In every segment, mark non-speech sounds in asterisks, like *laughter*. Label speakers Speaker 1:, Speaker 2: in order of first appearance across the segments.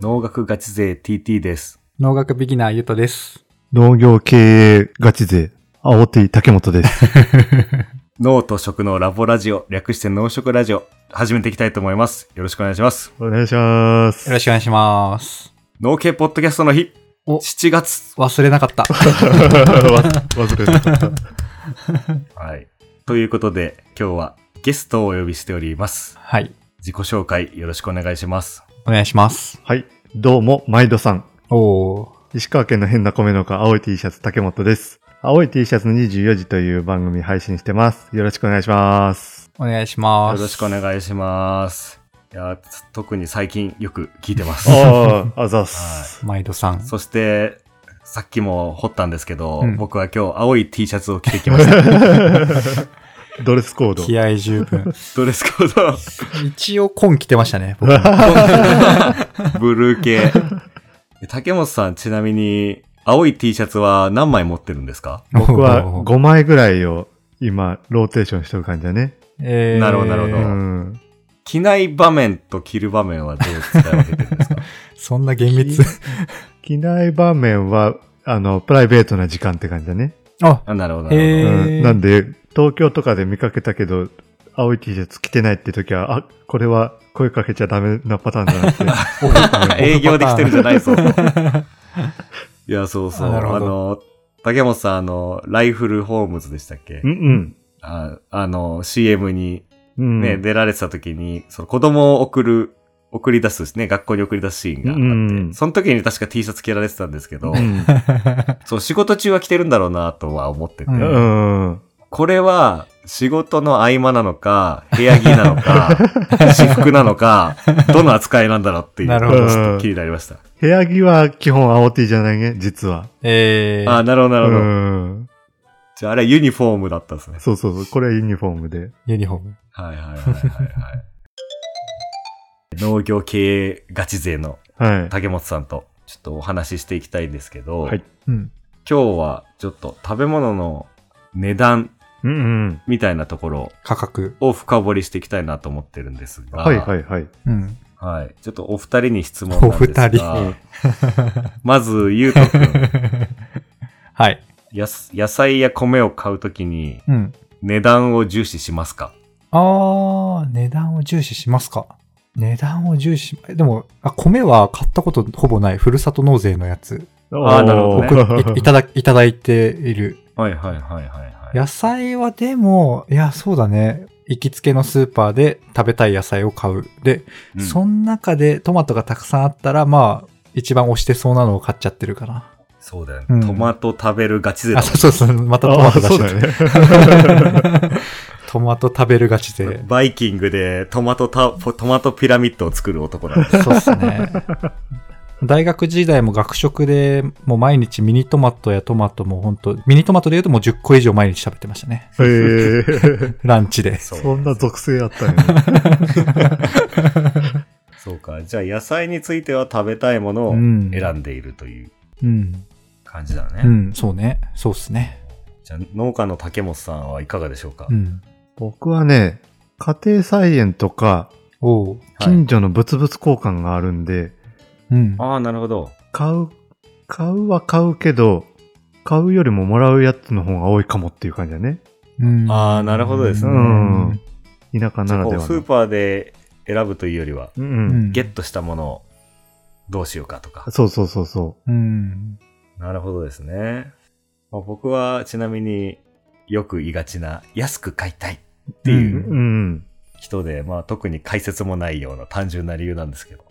Speaker 1: 農学ガチ勢 TT です。
Speaker 2: 農学ビギナーゆとです。
Speaker 3: 農業経営ガチ勢、青手竹本です。
Speaker 1: 脳と食のラボラジオ、略して農食ラジオ、始めていきたいと思います。よろしくお願いします。
Speaker 3: *laughs* お願いします。
Speaker 2: よろしくお願いします。
Speaker 1: 農系ポッドキャストの日、
Speaker 2: お
Speaker 1: 7月。
Speaker 2: 忘れなか *laughs* った。
Speaker 3: *laughs* わ忘れなかった。
Speaker 1: はい。ということで、今日はゲストをお呼びしております。
Speaker 2: はい。
Speaker 1: 自己紹介よろしくお願いします。
Speaker 2: お願いします。
Speaker 3: はい。どうも、毎度さん。
Speaker 2: おー。
Speaker 3: 石川県の変な米農家、青い T シャツ、竹本です。青い T シャツの24時という番組配信してます。よろしくお願いします。
Speaker 2: お願いしま
Speaker 1: よ
Speaker 2: す。
Speaker 1: ろしくお
Speaker 2: い
Speaker 1: 願いします。いや、特に最近よく聞いてます。
Speaker 3: ああ、あざっ *laughs* す。
Speaker 2: 毎度さん。
Speaker 1: そして、さっきも掘ったんですけど、
Speaker 2: うん
Speaker 1: 僕は今日青い T シャツを着てきま
Speaker 2: *laughs*
Speaker 1: した。
Speaker 3: ドレスコード。
Speaker 2: 気合十分。
Speaker 1: ドレスコード。
Speaker 2: *laughs* 一応、紺着てましたね。 *laughs* 僕
Speaker 3: *laughs*
Speaker 1: ブルー *laughs* 系。竹本さん、ちなみに、青い T シャツは何枚持ってるんですか
Speaker 3: 僕は
Speaker 2: おー
Speaker 3: 5枚ぐらいを今、ローテーションしてる感じだね。
Speaker 2: えー
Speaker 1: なるほどなるほ
Speaker 3: う
Speaker 1: ど
Speaker 3: ん。
Speaker 1: 着ない場面と着る場面はどう使い分けてるん
Speaker 3: *laughs*
Speaker 1: ですか
Speaker 2: そんな厳密。
Speaker 3: 着ない場面は、あの、プライベートな時間って感じだね。
Speaker 2: *laughs* あ、
Speaker 1: あなるほど、なるほど。
Speaker 2: え
Speaker 3: うん
Speaker 2: ー。
Speaker 3: なんで、東京とかで見かけたけど、青い T シャツ着てないって時は、あ、これは声かけちゃダメなパターンだな
Speaker 1: *laughs*
Speaker 3: っ
Speaker 1: *laughs*
Speaker 3: て。
Speaker 1: 営業できてるんじゃない
Speaker 3: *laughs*
Speaker 1: ぞ。いや、そうそう。
Speaker 2: あなる
Speaker 1: あ
Speaker 2: ほど
Speaker 1: の、竹本さん、あの、ライフルホームズでしたっけ
Speaker 3: うん
Speaker 1: ああの、CM に
Speaker 3: うん。
Speaker 1: ね、出られてた時に、その子供を送る、送り出すですね、学校に送り出すシーンがあって、
Speaker 3: うん
Speaker 1: その時に確か T シャツ着られてたんですけど
Speaker 3: う、ん。
Speaker 1: そう、仕事中は着てるんだろうなとは思ってて、
Speaker 2: うん
Speaker 3: うん。
Speaker 1: これは仕事の合間なのか、部屋着なの
Speaker 3: *laughs*
Speaker 1: か、私服なのか、どの扱いなんだろうっていう
Speaker 2: なる
Speaker 3: ほど
Speaker 1: ちょっと気になりました。
Speaker 3: 部屋着は基本青 T じゃないね、実は。
Speaker 2: *laughs* えー。
Speaker 1: あ、なるほど、な
Speaker 3: う
Speaker 1: るほど。
Speaker 3: ん。
Speaker 1: じゃあ、あれユニフォームだったんですね。
Speaker 3: そうそうそう。これはユニフォームで。
Speaker 2: ユニフォーム。
Speaker 1: はいはいはいはい、はい。農業経営ガチ勢の
Speaker 3: はい。
Speaker 1: 竹本さんとちょっとお話ししていきたいんですけど、
Speaker 3: はい
Speaker 2: うん。
Speaker 1: 今日はちょっと食べ物の値段
Speaker 3: うんうん。
Speaker 1: みたいなところ
Speaker 2: 価格。
Speaker 1: を深掘りしていきたいなと思ってるんですが、
Speaker 3: はいはいはい。
Speaker 2: うん。
Speaker 1: はい。ちょっとお二人に質問なんですが。
Speaker 2: お二人
Speaker 1: うん *laughs* まず、ゆうとくん。
Speaker 2: *laughs* はい。
Speaker 1: やす野菜や米を買うときに
Speaker 2: うん。
Speaker 1: 値段を重視しますか
Speaker 2: あー、値段を重視しますか値段を重視し、でも、あ、米は買ったことほぼない、ふるさと納税のやつ。
Speaker 1: あーなるほどね *laughs*
Speaker 2: いいただ、いただいている。
Speaker 1: はいはいはいはい、はい。
Speaker 2: 野菜はでも、いや、そうだね。行きつけのスーパーで食べたい野菜を買う。で、
Speaker 1: うん
Speaker 2: その中でトマトがたくさんあったら、まあ、一番推してそうなのを買っちゃってるかな。
Speaker 1: そうだよね、
Speaker 2: うん
Speaker 1: トマト食べるガチ勢だ
Speaker 2: あ、
Speaker 1: もん
Speaker 2: そうそうそう、またト
Speaker 3: あ
Speaker 2: マ
Speaker 3: あ、
Speaker 2: ト出
Speaker 3: そう
Speaker 2: し
Speaker 3: だよ
Speaker 2: て
Speaker 3: ね。 *laughs*
Speaker 2: る。トマト食べるガチで。
Speaker 1: バイキングでトマトタトマトピラミッドを作る男だね、
Speaker 2: そうっすね。大学時代も学食でもう毎日ミニトマトやトマトも本当ミニトマトで言うともう10個以上毎日食べてましたね。
Speaker 3: へえ。
Speaker 2: ランチで。 *laughs*
Speaker 1: そ
Speaker 3: そんな属性あったね。
Speaker 1: そうか。じゃあ野菜については食べたいものを
Speaker 2: うん
Speaker 1: 選んでいるという
Speaker 2: うん。
Speaker 1: 感じだね。
Speaker 2: うん、そうね。そうっすね。
Speaker 1: じゃあ農家の竹本さんはいかがでしょうか、
Speaker 2: うん。
Speaker 3: 僕はね、家庭菜園とか、
Speaker 2: お
Speaker 1: は
Speaker 2: う。
Speaker 1: い
Speaker 3: 近所の物々交換があるんで、
Speaker 2: うん。
Speaker 1: ああ、なるほど。
Speaker 3: 買う、買うは買うけど、買うよりももらうやつの方が多いかもっていう感じだね。
Speaker 2: うん
Speaker 1: あーなるほどです
Speaker 3: ねうん。田舎なら
Speaker 1: こ
Speaker 3: で
Speaker 1: う
Speaker 3: は
Speaker 1: スー
Speaker 3: の。
Speaker 1: パーで選ぶというよりは、
Speaker 3: う
Speaker 2: うん
Speaker 3: うん。
Speaker 2: ん
Speaker 1: ゲットしたものをどうしようかとか。
Speaker 3: そうそうそうそ
Speaker 2: うん。
Speaker 1: なるほどですね。まあ、僕はちなみによく言いがちな安く買いたいって
Speaker 3: う。
Speaker 1: いううん
Speaker 3: うん。
Speaker 1: 人で、まあ特に解説もないような単純な理由なんですけど。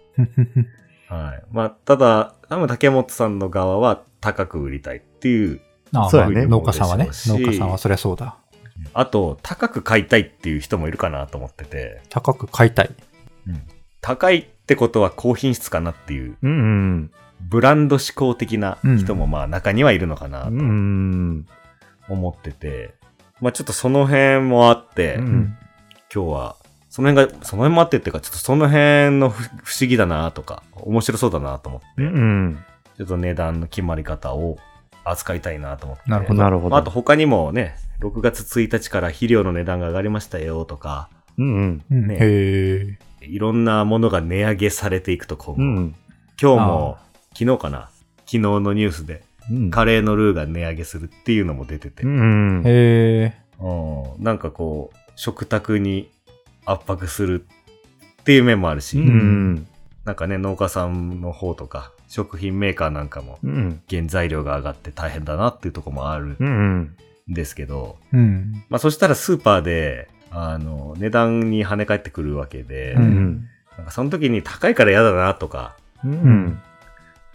Speaker 1: はい。まあただ、多分竹本さんの側は高く売りたいっていう。
Speaker 2: *laughs* ああ
Speaker 3: そうやね
Speaker 2: まあ農家さんはね。
Speaker 1: そうで
Speaker 2: 農
Speaker 1: しょうし
Speaker 2: 家さんはそりゃそうだ。
Speaker 1: あと、高く買いたいっていう人もいるかなと思ってて、
Speaker 2: 高く買いたい。
Speaker 1: 高いってことは高品質かなっていう、
Speaker 3: うんうん。
Speaker 1: ブランド志向的な人もまあ中にはいるのかな
Speaker 3: う
Speaker 1: と
Speaker 3: んうん。
Speaker 1: 思ってて、まあちょっとその辺もあって、
Speaker 3: うん
Speaker 2: うん。
Speaker 1: 今日は、その辺が、その辺もあってっていうか、ちょっとその辺のふ不思議だなとか、面白そうだなと思って、
Speaker 3: うんうん。
Speaker 1: ちょっと値段の決まり方を扱いたいなと思って。
Speaker 2: なるほど
Speaker 3: なるほ
Speaker 1: まああと
Speaker 3: ど。
Speaker 1: 他にもね、6月1日から肥料の値段が上がりましたよとか、
Speaker 3: うんうん。
Speaker 2: うん
Speaker 1: ね
Speaker 2: へえ。
Speaker 1: いろんなものが値上げされていくと今後、
Speaker 3: うん。
Speaker 1: 今日も、昨日かな昨日のニュースで、
Speaker 3: うん
Speaker 1: カレーのルーが値上げするっていうのも出てて、
Speaker 3: うん。
Speaker 2: え
Speaker 1: うんなんかこう、食卓に圧迫するっていう面もあるし、
Speaker 3: うん。
Speaker 1: なんかね、農家さんの方とか、食品メーカーなんかも、
Speaker 3: うん。
Speaker 1: 原材料が上がって大変だなっていうところもあるん
Speaker 3: うん。
Speaker 1: ですけど、
Speaker 2: ー、うん。
Speaker 1: まあそしたらスーパーで、あの、値段に跳ね返ってくるわけで、
Speaker 2: うん
Speaker 1: なんかその時に高いから嫌だなとか、
Speaker 3: うん。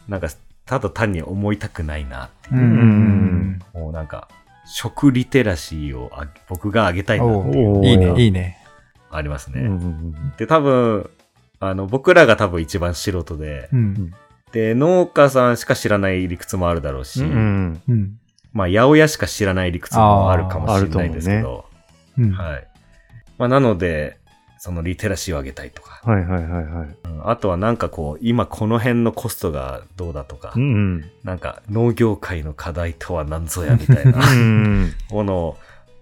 Speaker 1: なんかただ単に思いたくないなっていうう、
Speaker 2: ん。
Speaker 1: もうなんか、食リテラシーをあ僕が上げたいなっていう
Speaker 3: お
Speaker 2: お
Speaker 3: ー
Speaker 2: いいね、いいね。
Speaker 1: あります
Speaker 3: う
Speaker 1: ね。
Speaker 3: ん。
Speaker 1: で、多分、あの、僕らが多分一番素人で、
Speaker 2: うん。
Speaker 1: で、農家さんしか知らない理屈もあるだろうし、
Speaker 3: うん。
Speaker 2: うん。
Speaker 1: まあ、八百屋しか知らない理屈もあるかもしれないですけ
Speaker 3: あーあると
Speaker 1: ど、
Speaker 2: うん。
Speaker 1: はい。まあ、なので、そのリテラシーを上げたいとか、
Speaker 3: はいはいはいはい。
Speaker 1: うんあとはなんかこう、今この辺のコストがどうだとか、
Speaker 3: うん。 *laughs*
Speaker 1: なんか農業界の課題とは何ぞやみたいな
Speaker 3: *laughs* うん。
Speaker 1: ものを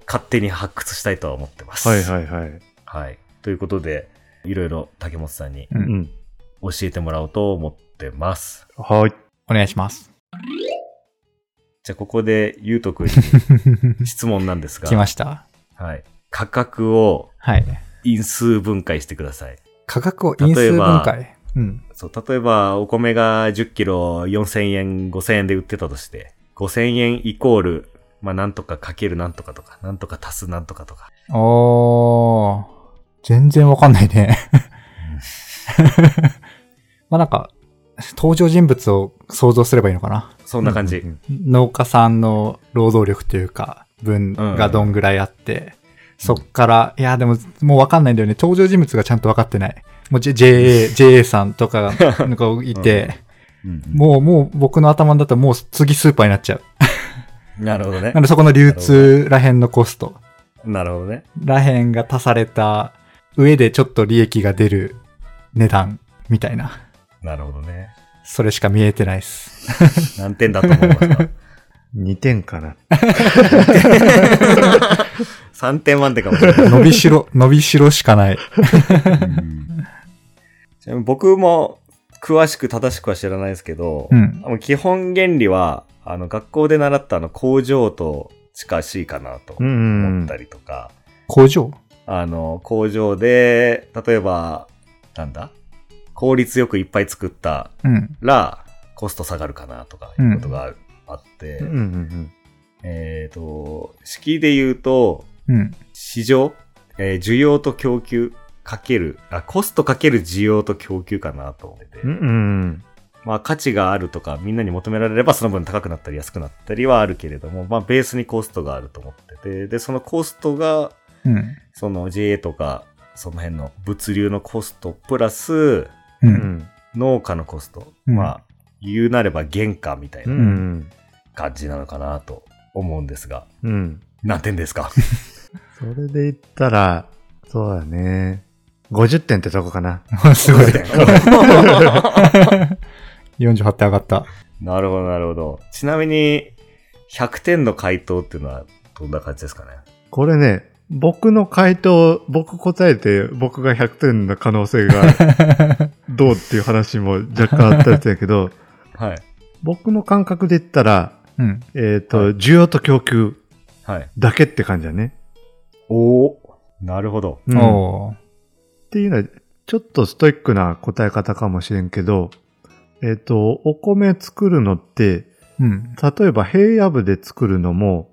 Speaker 1: 勝手に発掘したいとは思ってます。
Speaker 3: はい
Speaker 1: い。
Speaker 3: はいはい。
Speaker 1: はい。ということで、いろいろ竹本さんに
Speaker 2: う
Speaker 3: うんん。
Speaker 1: 教えてもらおうと思ってます。
Speaker 3: はい。
Speaker 2: お願いし *laughs* ます。
Speaker 1: じゃあ、ここでゆうとくんに質問なんですが、
Speaker 2: 来ました。
Speaker 1: はい。価格を
Speaker 2: はい。
Speaker 1: 因数分解してください。
Speaker 2: 価格を因数分解。うん。
Speaker 1: そう、例えば、お米が10キロ4000円、5000円で売ってたとして、5000円イコール、まあ、なんとかかけるなんとかとか、なんとか足すなんとかとか。
Speaker 2: おー、全然わかんない *laughs* ね。まあなんか、登場人物を想像すればいいのかな。
Speaker 1: そんな感じ。
Speaker 3: うん
Speaker 2: 農家さんの労働力というか、分がどんぐらいあって、そっから、いや、でも、もうわかんないんだよね。登場人物がちゃんとわかってない。もう、J、JA、JA *laughs* さんとかがなんかいて、
Speaker 1: うん
Speaker 2: もう、もう僕の頭だともう次スーパーになっちゃう。
Speaker 1: なるほどね
Speaker 2: な。んでそこの流通らへんのコスト。
Speaker 1: なるほどね。
Speaker 2: らへんが足された上でちょっと利益が出る値段みたいな。
Speaker 1: なるほどね。
Speaker 2: それしか見えてないっ
Speaker 3: *laughs*
Speaker 2: す。
Speaker 1: 何点だと思いますか *laughs*
Speaker 3: 二点かな。
Speaker 1: ?3 点満点かもしれない。
Speaker 2: 伸びしろ、伸びしろしかない。
Speaker 1: ちなみに僕も詳しく正しくは知らないですけど、
Speaker 2: うん。
Speaker 1: あの基本原理は、あの、学校で習ったあの工場と近しいかなと
Speaker 3: うん
Speaker 1: 思ったりとか、
Speaker 2: 工場
Speaker 1: あの、工場で、例えば、なんだ効率よくいっぱい作った
Speaker 2: うん。
Speaker 1: ら、コスト下がるかなとか、いうことがあって、
Speaker 3: うんうん
Speaker 1: えっ、と、式で言うと、
Speaker 2: うん。
Speaker 1: 市場、えー需要と供給かける、あ、コストかける需要と供給かなと思ってて、
Speaker 3: うん。うん
Speaker 1: まあ価値があるとかみんなに求められればその分高くなったり安くなったりはあるけれども、まあベースにコストがあると思ってて、で、そのコストが、
Speaker 2: うん。
Speaker 1: その JA とか、その辺の物流のコストプラス
Speaker 2: う。
Speaker 3: うんん。
Speaker 1: 農家のコスト、
Speaker 2: うん
Speaker 1: まあ言うなれば原価みたい
Speaker 3: うんう。
Speaker 1: なん感じなのかなと思うんですが、
Speaker 3: うん。
Speaker 1: 何点です
Speaker 2: *laughs*
Speaker 1: か
Speaker 3: それで言ったら、そうだね。50点ってとこかな。
Speaker 2: *laughs* す
Speaker 3: *laughs*
Speaker 2: ごい。48って上がった。
Speaker 1: *laughs*
Speaker 2: *laughs*
Speaker 1: なるほど、なるほど。ちなみに、100点の回答っていうのはどんな感じですかね
Speaker 3: これね、僕の回答、僕答えて、僕が100点の可能性が *laughs* どうっていう話も若干あったやつやけど、
Speaker 1: はい。
Speaker 3: *laughs* 僕の感覚で言ったら、
Speaker 2: うん。
Speaker 3: えっ、と、
Speaker 1: はい
Speaker 3: 需要と供給
Speaker 1: はい。
Speaker 3: だけって感じだね。
Speaker 1: おーなるほど。
Speaker 3: うんっ
Speaker 2: おー
Speaker 3: ていうのは、ちょっとストイックな答え方かもしれんけど、えっ、と、お米作るのって、
Speaker 2: うん。
Speaker 3: 例えば平野部で作るのも、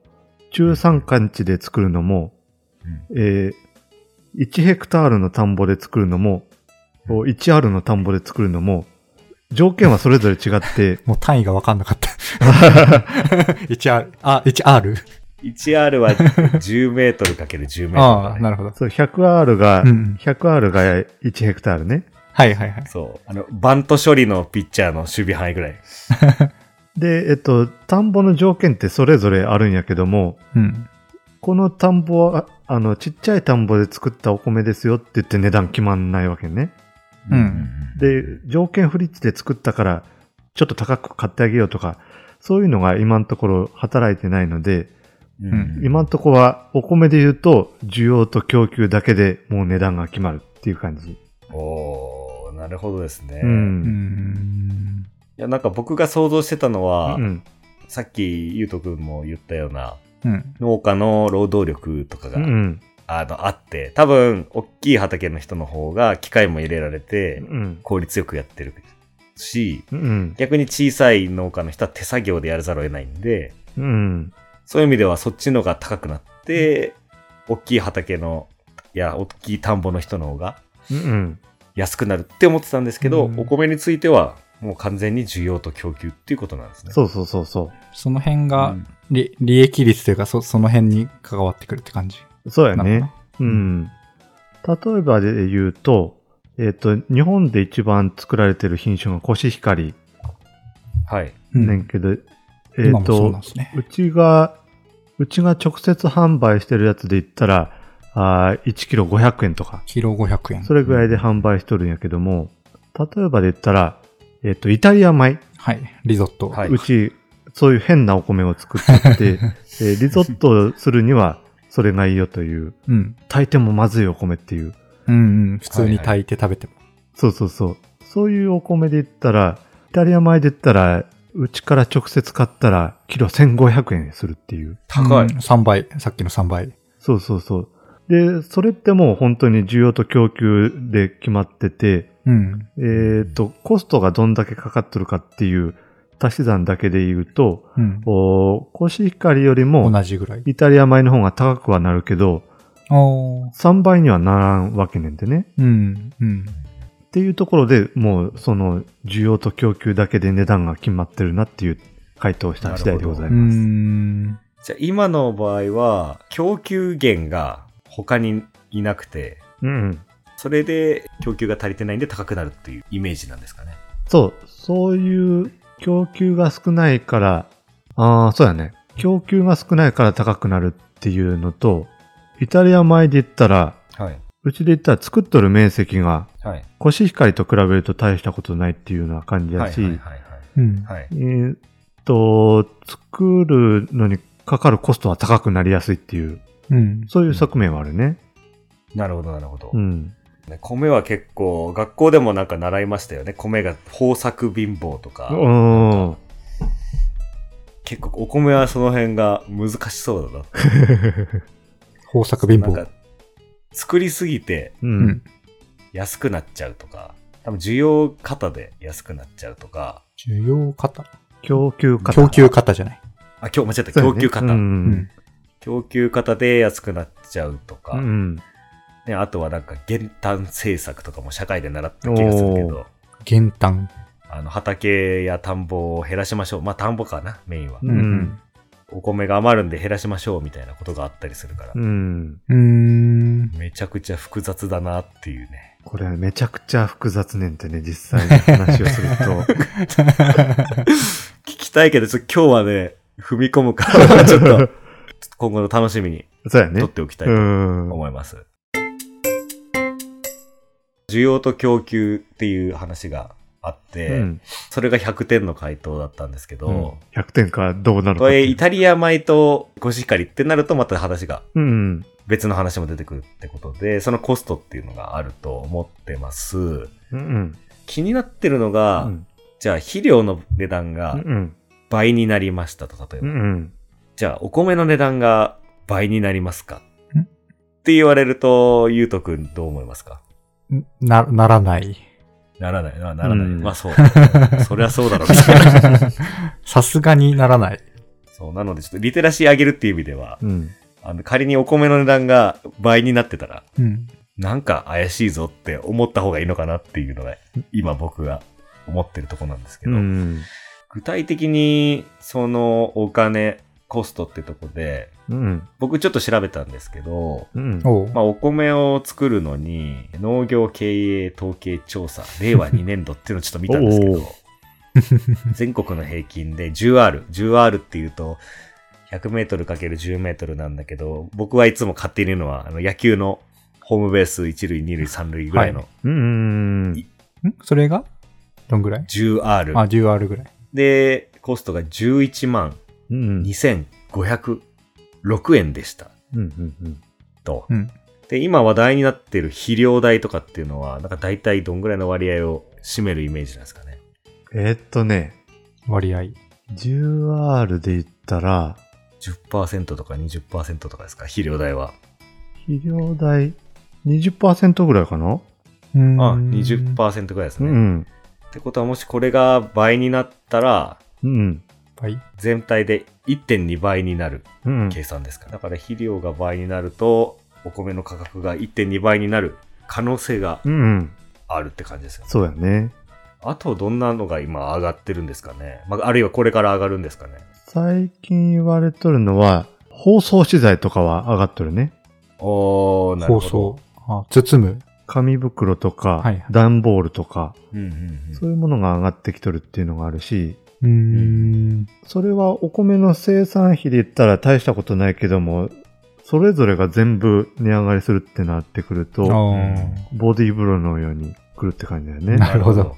Speaker 3: 中山間地で作るのも、えー、1ヘクタールの田んぼで作るのも、こう1アールの田んぼで作るのも、条件はそれぞれ
Speaker 2: *laughs*
Speaker 3: 違って、
Speaker 2: もう単位が分かんなかった。1R。あ、1R?
Speaker 1: 1R は10メートル ×10 メートル。
Speaker 2: ああ、なるほど。
Speaker 3: そう、100アールが、
Speaker 2: うん。
Speaker 3: 100アールが1ヘクタールね。
Speaker 2: はいはいはい。
Speaker 1: そう。あの、バント処理のピッチャーの守備範囲ぐらい。
Speaker 3: で、えっと、田んぼの条件ってそれぞれあるんやけども、
Speaker 2: うん。
Speaker 3: この田んぼは、あの、ちっちゃい田んぼで作ったお米ですよって言って値段決まんないわけね。
Speaker 2: うん
Speaker 3: で、条件不立で作ったから、ちょっと高く買ってあげようとか、そういうのが今のところ働いてないので、
Speaker 1: うん
Speaker 3: 今のところはお米で言うと、需要と供給だけでもう値段が決まるっていう感じ。
Speaker 1: おーなるほどですね。
Speaker 3: う。
Speaker 2: うんん。
Speaker 1: や、なんか僕が想像してたのは、
Speaker 3: うん。
Speaker 1: さっきゆうとくんも言ったような、
Speaker 2: うん。
Speaker 1: 農家の労働力とかが、
Speaker 3: うん。
Speaker 1: あの、あって、多分、大きい畑の人の方が機械も入れられ
Speaker 3: う
Speaker 1: て、
Speaker 3: ん。
Speaker 1: 効率よくやってるし、
Speaker 3: うん。
Speaker 1: 逆に小さい農家の人は手作業でやらざるを得ないんで、
Speaker 3: うん。
Speaker 1: そういう意味ではそっちのが高くなって、大きい畑の、いや、大きい田んぼの人の方が
Speaker 3: うん。
Speaker 1: 安くなるって思ってたんですけど、
Speaker 2: うん
Speaker 1: お米については、もう完全に需要と供給っていうことなんですね。
Speaker 3: そうそうそうそ
Speaker 2: その辺
Speaker 1: う
Speaker 2: が
Speaker 1: ん
Speaker 2: 利、利益率というか、そその辺に関わってくるって感じ
Speaker 3: う。そうや
Speaker 2: なのか
Speaker 3: ね。
Speaker 2: な。
Speaker 3: うん。例えばで言うと、えっ、と、日本で一番作られてる品種がコシヒカリ
Speaker 1: はい。
Speaker 2: うん
Speaker 3: ねんけど、えっ、
Speaker 2: 今もそうなん
Speaker 3: と
Speaker 2: で、すね。
Speaker 3: うちが、うちが直接販売してるやつで言ったら、あー1キロ500円とか、
Speaker 2: キロ500円
Speaker 3: そ。れぐらいで販売しとるんやけども、例えばで言ったら、えっ、と、イタリア米、
Speaker 2: はい。リゾット。
Speaker 1: はいう
Speaker 3: ち、そういう変なお米を作っ
Speaker 2: *laughs*
Speaker 3: てて、えーリゾットするにはそれがいいよという、
Speaker 2: うん。
Speaker 3: 炊いてもまずいお米っていう、
Speaker 2: うんうん。普通に炊いて食べても。
Speaker 3: そうそうそう。そういうお米で言ったら、イタリア米で言ったら、うちから直接買ったら、キロ1500円するっていう。
Speaker 1: 高い。
Speaker 2: うん3倍。さっきの3倍。
Speaker 3: そうそうそう。で、それってもう本当に需要と供給で決まってて、
Speaker 2: うん。
Speaker 3: えっ、と、コストがどんだけかかってるかっていう足し算だけで言うと、
Speaker 2: うん。
Speaker 3: おコシヒカリよりも、
Speaker 2: 同じぐらい。
Speaker 3: イタリア米の方が高くはなるけど、
Speaker 2: おー
Speaker 3: 3倍にはならんわけねんでね。
Speaker 2: うん。うん。
Speaker 3: っていうところでもうその需要と供給だけで値段が決まってるなっていう回答をした次第でございうます。
Speaker 2: ん。
Speaker 1: じゃあ今の場合は、供給源が他にいなくて、
Speaker 3: うんうん。
Speaker 1: それで供給が足りてないんで高くなるっていうイメージなんですかね。
Speaker 3: そう、そういう供給が少ないから、ああ、そうやね。供給が少ないから高くなるっていうのと、イタリア米で言ったら、
Speaker 1: はい。
Speaker 3: うちで言ったら作っとる面積が
Speaker 1: はい。
Speaker 3: コシヒカリと比べると大したことないっていうような感じ
Speaker 1: は
Speaker 3: だ
Speaker 1: い。
Speaker 3: し、
Speaker 1: はい。
Speaker 2: うん。
Speaker 1: はい。
Speaker 3: えーっと、作るのにかかるコストは高くなりやすいっていう、
Speaker 2: うん。
Speaker 3: そういう側面はあるね。
Speaker 1: なるほど、なるほど
Speaker 3: う。ん。
Speaker 1: ね米は結構、学校でもなんか習いましたよね。米が豊作貧乏と
Speaker 3: う
Speaker 1: か。
Speaker 3: ん。
Speaker 1: 結構、お米はその辺が難しそうだな。
Speaker 2: 豊作貧
Speaker 1: なん
Speaker 2: 乏
Speaker 1: か。、作りすぎて
Speaker 3: う
Speaker 2: うんん。
Speaker 1: 安くなっちゃうとか、多分需要型で安くなっちゃうとか、
Speaker 2: 需要型。
Speaker 3: 供給方。
Speaker 2: 供給型じゃない。
Speaker 1: あ、今日間違った、
Speaker 3: そうやね
Speaker 1: 供給型。
Speaker 3: うん。
Speaker 1: 供給型で安くなっちゃうとか、
Speaker 3: うん。
Speaker 1: ね、あとはなんか減反政策とかも社会で習った気がするけど、
Speaker 2: 減反。
Speaker 1: あの畑や田んぼを減らしましょう。まあ田んぼかな、メインは。
Speaker 3: うん
Speaker 1: お米が余るんで減らしましょうみたいなことがあったりするから、
Speaker 3: うん。
Speaker 2: うん。うーん。
Speaker 1: めちゃくちゃ複雑だなっていうね。
Speaker 3: これめちゃくちゃ複雑ねんってね、実際に話をすると。
Speaker 1: 聞きたいけど、ちょっと今日はね、踏み込む *laughs* から、 *laughs* ちょっと、今後の楽しみに
Speaker 3: *laughs* そうやね
Speaker 1: 取っ。ておきたいうと
Speaker 3: ん。
Speaker 1: 思います。需要と供給っていう話があって、
Speaker 3: うん
Speaker 1: それが100点の回答だったんですけど、
Speaker 3: 100点かどうなのかっ
Speaker 1: と
Speaker 3: て
Speaker 1: え
Speaker 3: い
Speaker 1: イ
Speaker 3: う。
Speaker 1: タリア米とコシヒカリってなるとまた話が
Speaker 3: うん。
Speaker 1: 別の話も出てくるってことでそのコストっていうのがあると思ってます
Speaker 3: うん。
Speaker 1: 気になってるのが、
Speaker 3: うん。
Speaker 1: じゃあ肥料の値段
Speaker 3: う
Speaker 1: が
Speaker 3: ん。
Speaker 1: 倍になりましたと例え
Speaker 3: う
Speaker 1: ば、
Speaker 3: ん。
Speaker 1: じゃあお米の値段が倍になりますか
Speaker 2: ん
Speaker 1: って言われるとゆうとくんどう思いますか
Speaker 2: な、なら
Speaker 3: *laughs*
Speaker 2: ない。
Speaker 1: ならないなならない、
Speaker 3: うん
Speaker 1: まあそうそりゃそうだ *laughs* ろうみたいな
Speaker 2: *laughs* さすがにならない。
Speaker 1: そうなのでちょっとリテラシー上げるっていう意味では
Speaker 3: うん。
Speaker 1: あの仮にお米の値段が倍になってたら
Speaker 2: うん。
Speaker 1: なんか怪しいぞって思った方がいいのかなっていうのが、今僕が思ってるとこなんですけ
Speaker 3: う
Speaker 1: ど、
Speaker 3: ん。
Speaker 1: 具体的にそのお金、コストってとこで、
Speaker 3: うん。
Speaker 1: 僕ちょっと調べたんですけど、
Speaker 3: うん。
Speaker 2: おう。
Speaker 1: まあ、お米を作るのに、農業経営統計調査、令和2年度っていうのをちょっと見たんです
Speaker 2: *laughs*
Speaker 1: け
Speaker 3: お
Speaker 1: ど、全国の平均で 10R、10R っていうと、100メートル ×10 メートルなんだけど、僕はいつも買っているのは、あの野球のホームベース1塁、2塁、3塁ぐらいの
Speaker 3: うん。
Speaker 2: んそれがどんぐらい
Speaker 1: 10R。
Speaker 2: あ、10R ぐらい。
Speaker 1: で、コストが11万
Speaker 3: うん。
Speaker 1: 2506円でした。
Speaker 3: うん。
Speaker 1: と。
Speaker 2: うん。
Speaker 1: で、今話題になっている肥料代とかっていうのは、なんか大体どんぐらいの割合を占めるイメージなんですかね。
Speaker 3: ええーっとね、
Speaker 2: 割合。
Speaker 3: 10R で言ったら、
Speaker 1: 10%とか20%とかですか肥料代は。
Speaker 3: 肥料代20%ぐらいかな
Speaker 2: うん
Speaker 1: あ、20%ぐらいです
Speaker 3: う
Speaker 1: ね。
Speaker 3: ん。
Speaker 1: ってことはもしこれが倍になったら、
Speaker 3: うん。
Speaker 2: 倍。
Speaker 1: 全体で1.2倍になる
Speaker 3: うん。
Speaker 1: 計算ですか、だから肥料が倍になると、お米の価格が1.2倍になる可能性が
Speaker 3: うん。
Speaker 1: あるって感じですよね。
Speaker 3: そうやね。
Speaker 1: あとどんなのが今上がってるんですかね、まあ、あるいはこれから上がるんですかね
Speaker 3: 最近言われとるのは、包装資材とかは上がっとるね。
Speaker 1: おー、なる
Speaker 2: 包
Speaker 1: ほど。
Speaker 2: 装。あ、包む。
Speaker 3: 紙袋と
Speaker 2: は
Speaker 3: か
Speaker 2: い、
Speaker 3: 段ボールとか、
Speaker 1: うんうんうん
Speaker 3: そういうものが上がってきとるっていうのがあるし、
Speaker 2: うーん。
Speaker 3: それはお米の生産費で言ったら大したことないけども、それぞれが全部値上がりするってなってくる
Speaker 2: あ
Speaker 3: と、
Speaker 2: ー
Speaker 3: ボディーブローのように来るって感じだよね。
Speaker 2: *laughs* なるほど。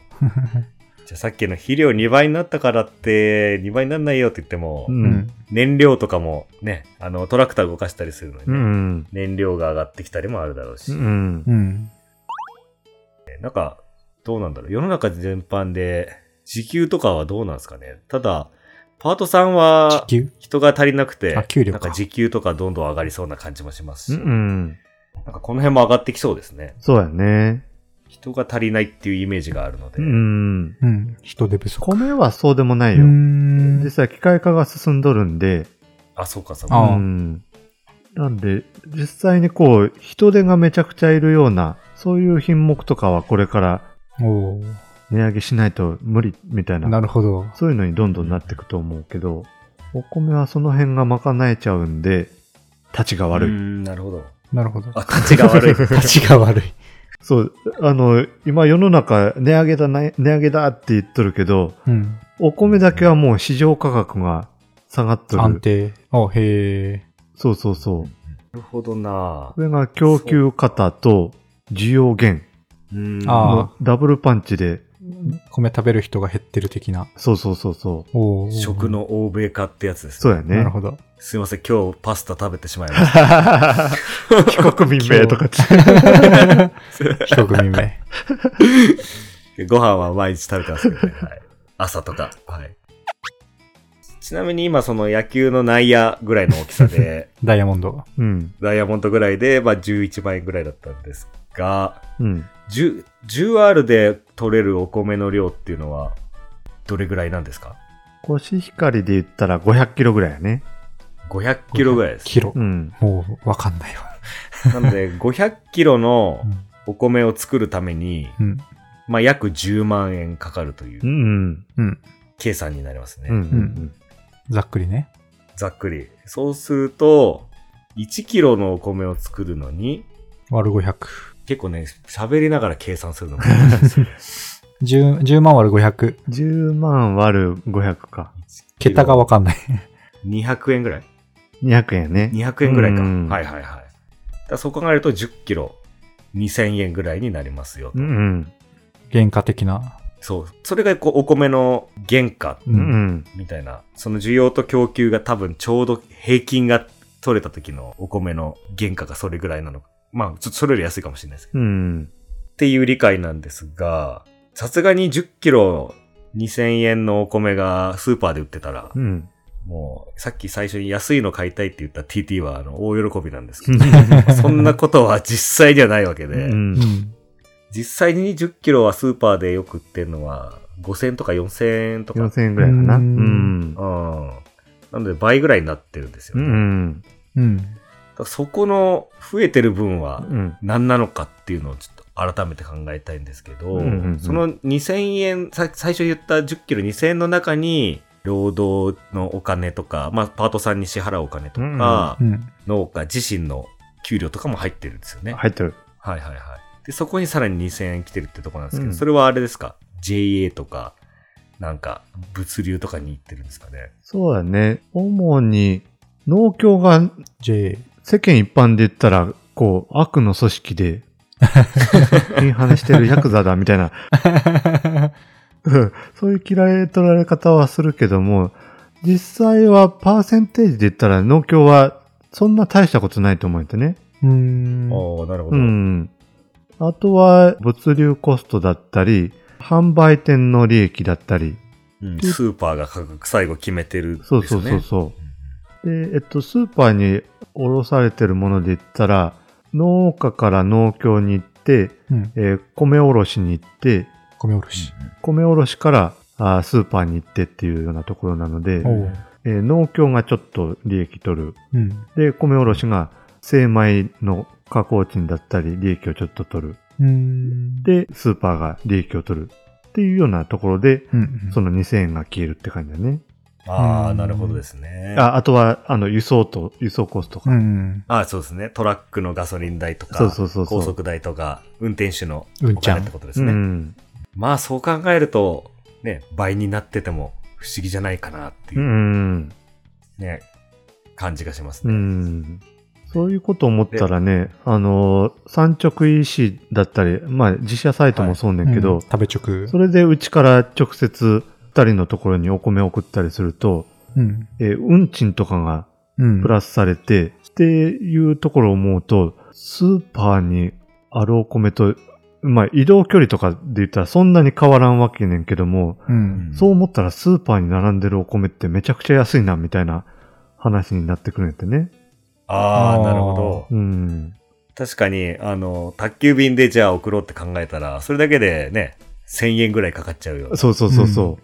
Speaker 1: じゃあさっきの肥料2倍になったからって2倍にならないよって言っても、
Speaker 3: うん
Speaker 2: うん。
Speaker 1: 燃料とかもね、あのトラクター動かしたりするのに
Speaker 3: う
Speaker 1: ね、
Speaker 3: ん。
Speaker 1: 燃料が上がってきたりもあるだろうし、
Speaker 3: うん。
Speaker 2: うん。
Speaker 1: なんかどうなんだろう、世の中全般で時給とかはどうなんですかね。ただ、パートさんは
Speaker 2: 地球
Speaker 1: 人が足りなくて
Speaker 2: あ、給料
Speaker 1: なん
Speaker 2: か
Speaker 1: か時給とかどんどん上がりそうな感じもします
Speaker 3: う
Speaker 1: し、
Speaker 3: ん。
Speaker 1: なんかこの辺も上がってきそうですね。
Speaker 3: そうやね。
Speaker 1: 人が足りないっていうイメージがあるので。
Speaker 3: うん。
Speaker 2: うん。人手不足。
Speaker 3: 米はそうでもな
Speaker 2: う
Speaker 3: い
Speaker 2: ー
Speaker 3: よ。
Speaker 2: ん
Speaker 3: 実際機械化が進んどるんで、
Speaker 1: あ、そうかそう
Speaker 2: あ
Speaker 1: か。
Speaker 3: うん。なんで、実際にこう、人手がめちゃくちゃいるような、そういう品目とかはこれから
Speaker 2: おー
Speaker 3: 値上げしないと無理みたいな、
Speaker 2: なるほど。
Speaker 3: そういうのにどんどんなっていくと思うけど、お米はその辺が賄えちゃうんで、立ちが悪い。
Speaker 1: い。なるほど。
Speaker 2: なるほど。
Speaker 1: あ、立ちが
Speaker 2: *laughs*
Speaker 3: *laughs*
Speaker 1: 悪い。
Speaker 2: 立ちが悪い。
Speaker 3: そう、あの、今世の中値上げだな、値上げだって言っとるけど、
Speaker 2: うん。
Speaker 3: お米だけはもう市場価格が下がっと
Speaker 2: 安
Speaker 3: る。
Speaker 2: 定。あ、へえ。
Speaker 3: そうそうそう。
Speaker 1: なるほどな
Speaker 3: これが供給過多と需要減
Speaker 1: うん。
Speaker 2: あ
Speaker 3: のダブルパンチで、
Speaker 2: 米食べる人が減ってる的な。
Speaker 3: そうそうそうそう。
Speaker 2: おー
Speaker 1: 食。の欧米化ってやつです
Speaker 3: そう
Speaker 1: ね。
Speaker 3: や
Speaker 2: な
Speaker 3: ね
Speaker 2: る。
Speaker 1: *laughs*
Speaker 2: ほど。
Speaker 1: すいません、今日パスタ食べてしまいまし
Speaker 3: *laughs* 帰国民名
Speaker 2: *laughs*
Speaker 3: とかつって。
Speaker 2: 一組目。
Speaker 1: た。ご飯は毎日食べてますけどね。はい、朝とか。はい。ちなみに今その野球の内野ぐらいの大きさ *laughs* で、
Speaker 2: ダイヤモンド。
Speaker 3: うん。
Speaker 1: ダイヤモンドぐらいで、まあ11万円ぐらいだったんですが、
Speaker 3: うん。
Speaker 1: 10 10R で取れるお米の量っていうのは、どれぐらいなんですか
Speaker 3: コシヒカリで言ったら500キロぐらいやね。
Speaker 1: 500キロぐらいです。
Speaker 2: キロ
Speaker 3: う。ん。。
Speaker 2: もう、わかんないわ。
Speaker 1: なので、500キロのお米を作るために、
Speaker 2: うん。
Speaker 1: まあ、約10万円かかるといううん
Speaker 2: うん。
Speaker 1: 計算になりますね。
Speaker 3: うん。うん。
Speaker 2: ざっくりね。
Speaker 1: ざっくり。そうすると、1キロのお米を作るのに、
Speaker 2: 割る500。
Speaker 1: 結構ね、喋りながら計算するのも難しいですよ
Speaker 2: 10, 10万割る500。
Speaker 3: 10万割る500か。
Speaker 2: 桁がわかんない。
Speaker 1: 200円ぐらい
Speaker 3: 200円やね。
Speaker 1: 200円ぐらいか。
Speaker 3: うん
Speaker 1: はいはいはい。だからそう考えると10キロ2000円ぐらいになりますよと。
Speaker 3: うん。
Speaker 2: 原価的な。
Speaker 1: そう。それがこうお米の原価
Speaker 2: う
Speaker 3: うん。う。ん。
Speaker 1: みたいな、その需要と供給が多分ちょうど平均が取れた時のお米の原価がそれぐらいなのか。まあ、ちょっとそれより安いかもしれないですけど。
Speaker 3: うん。
Speaker 1: っていう理解なんですが、さすがに10キロ2000円のお米がスーパーで売ってたら
Speaker 3: う、ん。
Speaker 1: もう、さっき最初に安いの買いたいって言った TT は、あの、大喜びなんですけど、そんなことは実際にはないわけ
Speaker 3: う。
Speaker 1: で、
Speaker 2: うんん。
Speaker 1: 実際に10キロはスーパーでよく売ってるのは、5000とか4000円とか、
Speaker 3: 4000円ぐらいかな。
Speaker 2: う
Speaker 3: うん
Speaker 1: う
Speaker 3: ん。
Speaker 1: ん。なので倍ぐらいになってるんですよ
Speaker 3: う
Speaker 1: ね。
Speaker 3: ん。
Speaker 2: うん。
Speaker 1: だからそこの増えてる分は
Speaker 3: うん。
Speaker 1: 何なのかっていうのをちょっと改めて考えたいんですけど、
Speaker 3: うんうんうん
Speaker 1: その2000円、さ最初言った10キロ2000円の中に、労働のお金とか、まあ、パートさんに支払うお金とか、
Speaker 2: うん。
Speaker 1: 農家自身の給料とかも入ってるんですよね。
Speaker 3: 入ってる。
Speaker 1: はいはいはい。で、そこにさらに2000円来てるってとこなんですけど、
Speaker 3: うん
Speaker 1: それはあれですか ?JA とか、なんか、物流とかに行ってるんですかね。
Speaker 3: そうだね。主に農協が
Speaker 2: J。
Speaker 3: 世間一般で言ったら、こう、悪の組織で、批判してるヤクザだみたいな、うんそういう嫌い取られ方はするけども、実際はパーセンテージで言ったら農協はそんな大したことないと思うんだよね。
Speaker 2: うーん。
Speaker 1: ああ、なるほ
Speaker 3: う
Speaker 1: ど。
Speaker 3: ん。あとは物流コストだったり、販売店の利益だったり、
Speaker 1: うん、スーパーが価格最後決めてるんです
Speaker 3: そ
Speaker 1: よ
Speaker 3: う
Speaker 1: ね。
Speaker 3: そうそうそう。で、えっと、スーパーに卸されてるもので言ったら、農家から農協に行って、
Speaker 2: うん。
Speaker 3: えー米卸しに行って、
Speaker 2: 米おろし。
Speaker 3: 米卸しからあースーパーに行ってっていうようなところなので
Speaker 2: お、う。
Speaker 3: えー農協がちょっと利益取る。
Speaker 2: うん。
Speaker 3: で、米卸しが精米の加工賃だったり利益をちょっと取る。
Speaker 2: うん。、
Speaker 3: で、スーパーが利益を取る。っていうようなところで、
Speaker 2: うん。
Speaker 3: その2000円が消えるって感じだね。
Speaker 1: あ
Speaker 2: う
Speaker 1: あ、
Speaker 2: ん
Speaker 1: なるほどですね。あ
Speaker 3: ああとは、あの、輸送と、輸送コスト
Speaker 2: う
Speaker 3: か。
Speaker 2: ん。
Speaker 1: あーそうですね。トラックのガソリン代とか、
Speaker 3: そうそうそうそう。
Speaker 1: 高速代とか、運転手の
Speaker 2: うん
Speaker 1: お
Speaker 2: ちゃん
Speaker 1: 金ってことですね。
Speaker 3: うん。。
Speaker 1: まあそう考えると、ね、倍になってても不思議じゃないかなっていううんね、感じがします
Speaker 3: う
Speaker 1: ね。
Speaker 3: ん。そういうこと思ったらね、あの、産直 EC だったり、まあ、自社サイトもそうねんけど、
Speaker 2: うん食べ直。
Speaker 3: それでうちから直接二人のところにお米を送ったりすると、
Speaker 2: うん。
Speaker 3: えー運賃とかが
Speaker 2: うん。
Speaker 3: プラスされて、っていうところを思うと、スーパーにあるお米と、まあ移動距離とかで言ったらそんなに変わらんわけねんけども、
Speaker 2: う。
Speaker 1: うん
Speaker 3: そう思ったらスーパーに並んでるお米ってめちゃくちゃ安いな、みたいな話になってくるんやってね。
Speaker 1: あ
Speaker 2: あ
Speaker 1: あ、
Speaker 2: ー
Speaker 1: なるほど。
Speaker 3: うん。
Speaker 1: 確かに、あの、宅急便でじゃあ送ろうって考えたら、それだけでね、1000円ぐらいかかっちゃうよ。
Speaker 3: そうそうそうそ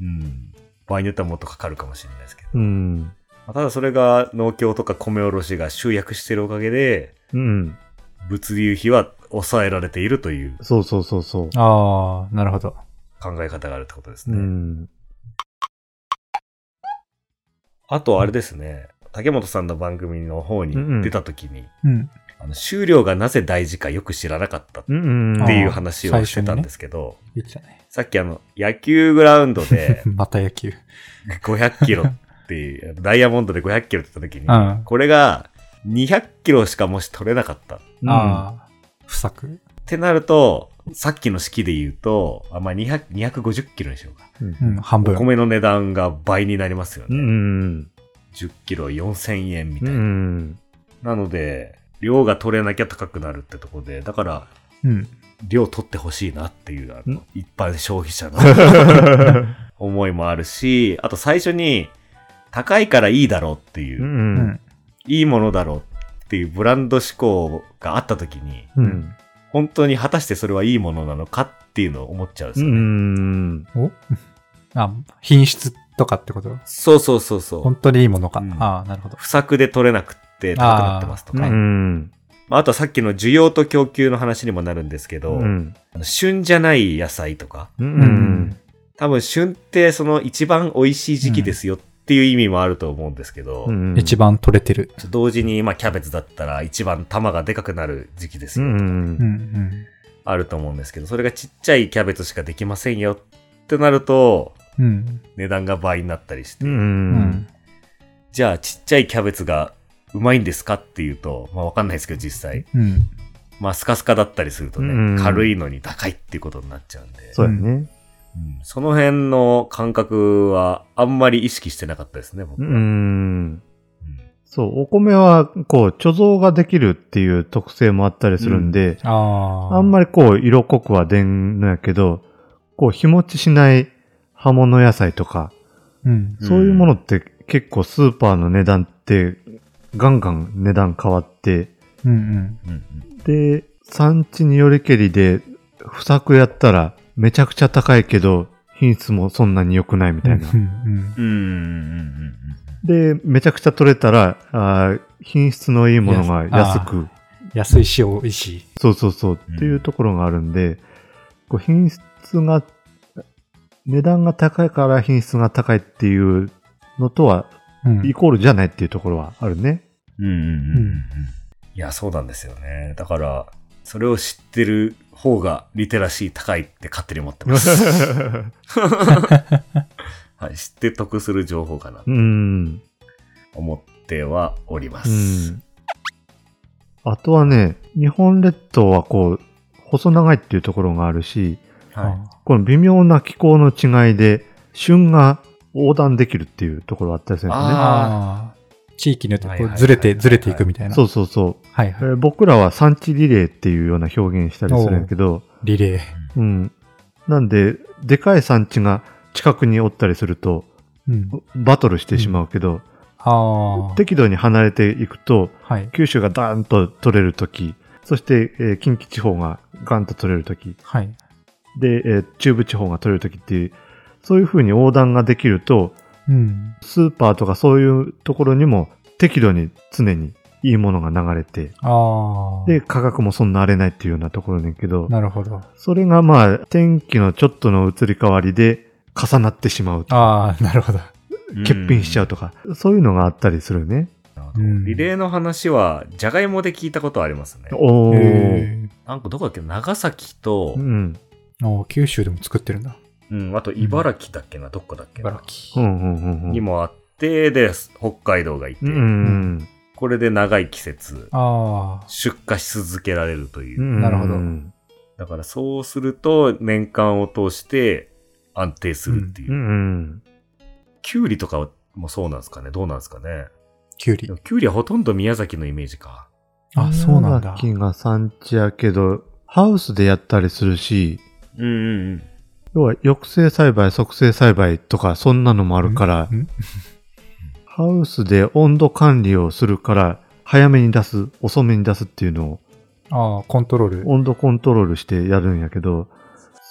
Speaker 1: うん。場合によってはもっとかかるかもしれないですけど。
Speaker 3: う。うん。
Speaker 1: まあただそれが農協とか米卸が集約してるおかげで、
Speaker 3: うん。
Speaker 1: 物流費は抑えられているという
Speaker 3: そうそうそうそう。
Speaker 2: ああ、なるほど。
Speaker 1: 考え方があるってことです
Speaker 3: う
Speaker 1: ね。
Speaker 3: ん。
Speaker 1: あとあれですね、竹本さんの番組の方に出た時に、
Speaker 2: うん。
Speaker 1: あの収量がなぜ大事かよく知らなかったっ
Speaker 3: うん。
Speaker 1: ていう
Speaker 2: あー
Speaker 1: 話をしてたんですけど、
Speaker 2: 言ってた
Speaker 1: *laughs*
Speaker 2: ね。
Speaker 1: さっきあの、野球グラウンド
Speaker 2: *laughs*
Speaker 1: で
Speaker 2: また野球。
Speaker 1: 500キロっていう、ダイヤモンドで500キロって言った時に、
Speaker 2: うん
Speaker 1: これが200キロしかもし取れなかった。っ
Speaker 3: うん
Speaker 2: ああ、不作。
Speaker 1: てなると、さっきの式で言うと、あまあ、200 250キロにしようか。
Speaker 2: うん、半分。
Speaker 1: 米の値段が倍になりますよ
Speaker 3: う
Speaker 1: ね。
Speaker 3: ん。
Speaker 1: 10キロ4000円み
Speaker 3: う
Speaker 1: たいな。
Speaker 3: ん。
Speaker 1: なので、量が取れなきゃ高くなるってとこで、だから、
Speaker 2: うん。
Speaker 1: 量取ってほしいなっていう、あの
Speaker 3: ん、。
Speaker 1: 一般消費者の *laughs* 思いもあるし、あと最初に、高いからいいだろうっていうう、
Speaker 2: うんん。
Speaker 1: いいものだろうっていうブランド志向があった時に、
Speaker 2: う
Speaker 3: う
Speaker 2: んん。
Speaker 1: 本当に果たしてそれはいいものなのかっていうのを思っちゃうんですよね。
Speaker 3: うん。。
Speaker 2: おあ、品質とかってこと
Speaker 1: そうそうそうそ
Speaker 2: 本
Speaker 1: う。
Speaker 2: 当にいいものか。
Speaker 1: うん
Speaker 2: ああ、なるほど。
Speaker 1: 不作で取れなくって高くなってますとか。
Speaker 2: あー
Speaker 1: ま
Speaker 2: うん
Speaker 1: ああとはさっきの需要と供給の話にもなるんですけど、
Speaker 3: うん。
Speaker 1: あの旬じゃない野菜とか、
Speaker 3: う。。
Speaker 2: うん
Speaker 1: 多分旬ってその一番美味しい時期ですよっていう意味もあると思うんですけど、
Speaker 3: うん。
Speaker 2: 一番取れてる。
Speaker 1: 同時にまあキャベツだったら一番玉がでかくなる時期です
Speaker 3: う。
Speaker 1: よ、
Speaker 2: うんん、
Speaker 1: あると思うんですけど、それがちっちゃいキャベツしかできませんよってなると、
Speaker 2: うん。うん。
Speaker 1: 値段が倍になったりして、
Speaker 2: う
Speaker 3: うん
Speaker 2: ん。。
Speaker 1: じゃあちっちゃいキャベツがうまいんですかっていうと、まあわかんないですけど実際、
Speaker 2: うん。
Speaker 1: まあスカスカだったりするとね、
Speaker 3: うん
Speaker 1: 軽いのに高いっていうことになっちゃうんで、
Speaker 3: そうやね。
Speaker 1: うんその辺の感覚はあんまり意識してなかったですね、僕
Speaker 3: う
Speaker 1: は。
Speaker 3: ん。
Speaker 1: うん
Speaker 3: そう、お米は、こう、貯蔵ができるっていう特性もあったりするんで、
Speaker 2: ああ。
Speaker 3: あんまりこう、色濃くは出んのやけど、こう、日持ちしない葉物野菜とか、
Speaker 2: り。うん。
Speaker 1: うん
Speaker 3: そういうものって結構スーパーの値段って、ガンガン値段変わって、
Speaker 2: うんうん。
Speaker 1: うん
Speaker 3: で、産地によりけりで、不作やったら、めちゃくちゃ高いけど、品質もそんなに良くないみたいな
Speaker 2: う。ん
Speaker 1: うんうん
Speaker 3: で、めちゃくちゃ取れたら、あー品質のいいものが安く、
Speaker 2: うん。安いし、美味しい。
Speaker 3: そうそうそう、
Speaker 1: うん
Speaker 3: っていうところがあるんで、こう品質が、値段が高いから品質が高いっていうのとは、
Speaker 2: うん。
Speaker 3: イコールじゃないっていうところはあるね。
Speaker 1: うんうんうんうん
Speaker 2: うん
Speaker 1: いや、そうなんですよね。だから、それを知ってる方がリテラシー高いって勝手に思ってます。はい、知って得する情報かな
Speaker 3: う、ん。
Speaker 1: 思ってはおりま
Speaker 3: う
Speaker 1: す。
Speaker 3: ん。あとはね、日本列島はこう、細長いっていうところがあるし、
Speaker 1: は
Speaker 3: この微妙な気候の違いで、旬が横断できるっていうところあったりするんですよね。
Speaker 2: ああ。地域によって
Speaker 1: はい
Speaker 2: こ
Speaker 1: はいは
Speaker 2: う
Speaker 1: い
Speaker 2: ずれて、ずれていくみたいな。。
Speaker 3: そううそうそう。
Speaker 2: はい
Speaker 3: え
Speaker 2: はい。
Speaker 3: ー僕らは産地リレーっていうような表現したりするんやけど、
Speaker 2: リレー。
Speaker 3: うん。なんで、でかい産地が近くにおったりすると、
Speaker 2: うん。
Speaker 3: バトルしてしまうけど、
Speaker 2: ああ。
Speaker 3: 適度に離れていくと、
Speaker 2: はい。
Speaker 3: 九州がダーンと取れるとき、そして、えー近畿地方がガンと取れるとき、
Speaker 2: はい。
Speaker 3: で、えー中部地方が取れるときっていう、そういうふうに横断ができると、
Speaker 2: うん。
Speaker 3: スーパーとかそういうところにも適度に常にいいものが流れて、
Speaker 2: ああ。
Speaker 3: で、価格もそんな荒れないっていうようなところだけど、
Speaker 2: なるほど。
Speaker 3: それがまあ、天気のちょっとの移り変わりで重なってしまうと。
Speaker 2: ああ、なるほど。
Speaker 3: 欠品しちゃうとか、そういうのがあったりするね。
Speaker 1: うん。
Speaker 2: うん
Speaker 1: リレーの話は、じゃがいもで聞いたことありますね。
Speaker 3: おー。
Speaker 2: へ
Speaker 1: なんかどこだっけ長崎と
Speaker 3: う、ん。
Speaker 2: ーおー九州でも作ってるんだ。
Speaker 1: うん、あと茨城だっけな、どっかだっけな
Speaker 2: 茨
Speaker 3: う
Speaker 2: 城。
Speaker 3: んうんうんうん。
Speaker 1: にもあって、で、北海道がいて、
Speaker 3: うんうん
Speaker 1: これで長い季節、
Speaker 2: ああ。
Speaker 1: 出荷し続けられるというう。
Speaker 3: ん。
Speaker 2: なるほど
Speaker 3: うん
Speaker 1: だからそうすると、年間を通して安定するっていうう。
Speaker 3: ん。
Speaker 1: キュウリとかもそうなんですかねどうなんですかね
Speaker 2: きゅうり
Speaker 1: でも。キュウリはほとんど宮崎のイメージか。
Speaker 2: あ、そうなんだ。
Speaker 3: 金が産地やけど、ハウスでやったりするし、
Speaker 1: うんうんうん。
Speaker 3: 要は抑制栽培、促成栽培とか、そんなのもあるから
Speaker 2: うんうん、
Speaker 3: ハウスで温度管理をするから、早めに出す、遅めに出すっていうのを、
Speaker 2: ああ、コントロール。
Speaker 3: 温度コントロールしてやるんやけど、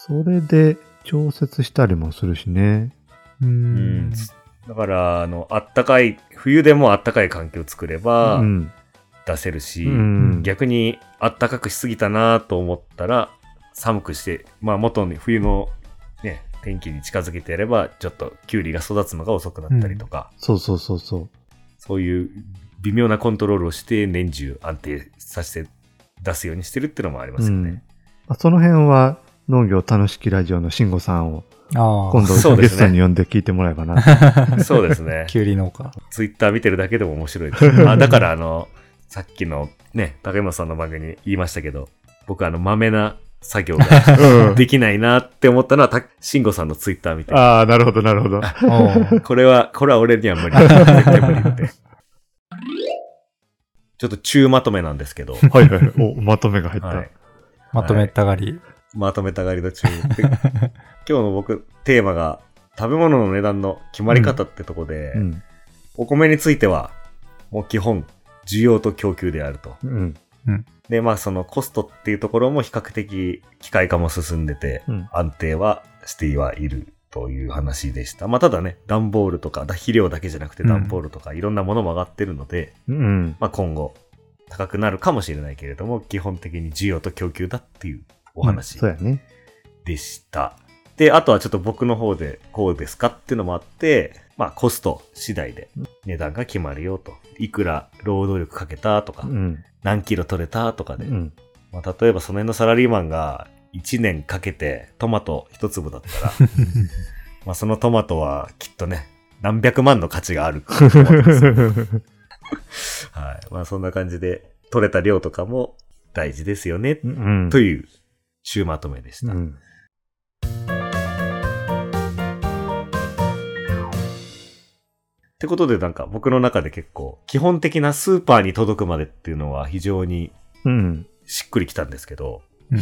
Speaker 3: それで調節したりもするしね。
Speaker 1: う
Speaker 2: う
Speaker 1: ん
Speaker 2: ん。
Speaker 1: だから、あの、あったかい、冬でもあったかい環境を作れば
Speaker 3: うん。
Speaker 1: 出せるし、
Speaker 3: うん
Speaker 1: 逆にあったかくしすぎたなと思ったら、寒くして、まあ元に冬のね、天気に近づけてやれば、ちょっとキュウリが育つのが遅くなったりとか、
Speaker 3: そうそうそうそう。
Speaker 1: そういう微妙なコントロールをして年中安定させて出すようにしてるってのもありますよ
Speaker 3: うん
Speaker 1: ね。
Speaker 3: まあその辺は、農業楽しきラジオの慎吾さんを
Speaker 2: あ
Speaker 3: 今
Speaker 1: そ
Speaker 3: 度
Speaker 1: う
Speaker 3: ゲ
Speaker 1: で
Speaker 3: ス
Speaker 1: すね
Speaker 3: トに呼んで聞いてもらえばな。
Speaker 2: *laughs* あ。。
Speaker 1: そうですね
Speaker 3: *laughs*
Speaker 2: きゅうり農家。
Speaker 1: ツイッター見てるだけでも面白いです。あだからあの、さっきのね、竹山さんの番組に言いましたけど、僕あの、まめな作
Speaker 3: *laughs*
Speaker 1: 業ができないなって思ったのは、た慎吾さんのツイッター見て。
Speaker 3: ああ、なるほど、なるほど。
Speaker 2: おー
Speaker 1: これは、これは俺には
Speaker 3: *laughs*
Speaker 1: 無理。絶対無理って。ちょっと中まとめなんですけ
Speaker 3: *laughs*
Speaker 1: ど、
Speaker 3: はいはい。お、まとめが入った。
Speaker 1: はい、
Speaker 2: まとめたがり。
Speaker 1: まとめたがりの中。
Speaker 3: *laughs*
Speaker 1: で今日の僕、テーマが、食べ物の値段の決まり方ってとこで、
Speaker 3: うん。
Speaker 1: お米については、もう基本、需要と供給であると。
Speaker 3: うん。
Speaker 1: で、まあそのコストっていうところも比較的機械化も進んでて、
Speaker 3: うん
Speaker 1: 安定はしてはいるという話でした。まあただね、段ボールとか、だ肥料だけじゃなくて
Speaker 2: うん
Speaker 1: 段ボールとかいろんなものも上がってるので、
Speaker 3: うん。
Speaker 1: まあ今後高くなるかもしれないけれども、基本的に需要と供給だっていうお話
Speaker 3: そうやね。
Speaker 1: でした。で、あとはちょっと僕の方でこうですかっていうのもあって、まあコスト次第で値段が決まるよと。いくら労働力かけたとか、
Speaker 3: うん。
Speaker 1: 何キロ取れたとか
Speaker 3: う
Speaker 1: で、
Speaker 3: ん。
Speaker 1: まあ、例えばその辺のサラリーマンが1年かけてトマト一粒だ
Speaker 3: *laughs*
Speaker 1: ったら、まあそのトマトはきっとね、何百万の価値があるっていうことなんですよ
Speaker 3: *laughs*
Speaker 1: はい。まあそんな感じで、取れた量とかも大事ですよね、
Speaker 3: うん。
Speaker 1: という週まとめでした。
Speaker 3: うん。
Speaker 1: ってことでなんか僕の中で結構、基本的なスーパーに届くまでっていうのは非常に
Speaker 3: うん。
Speaker 1: しっくりきたんですけど、
Speaker 2: うん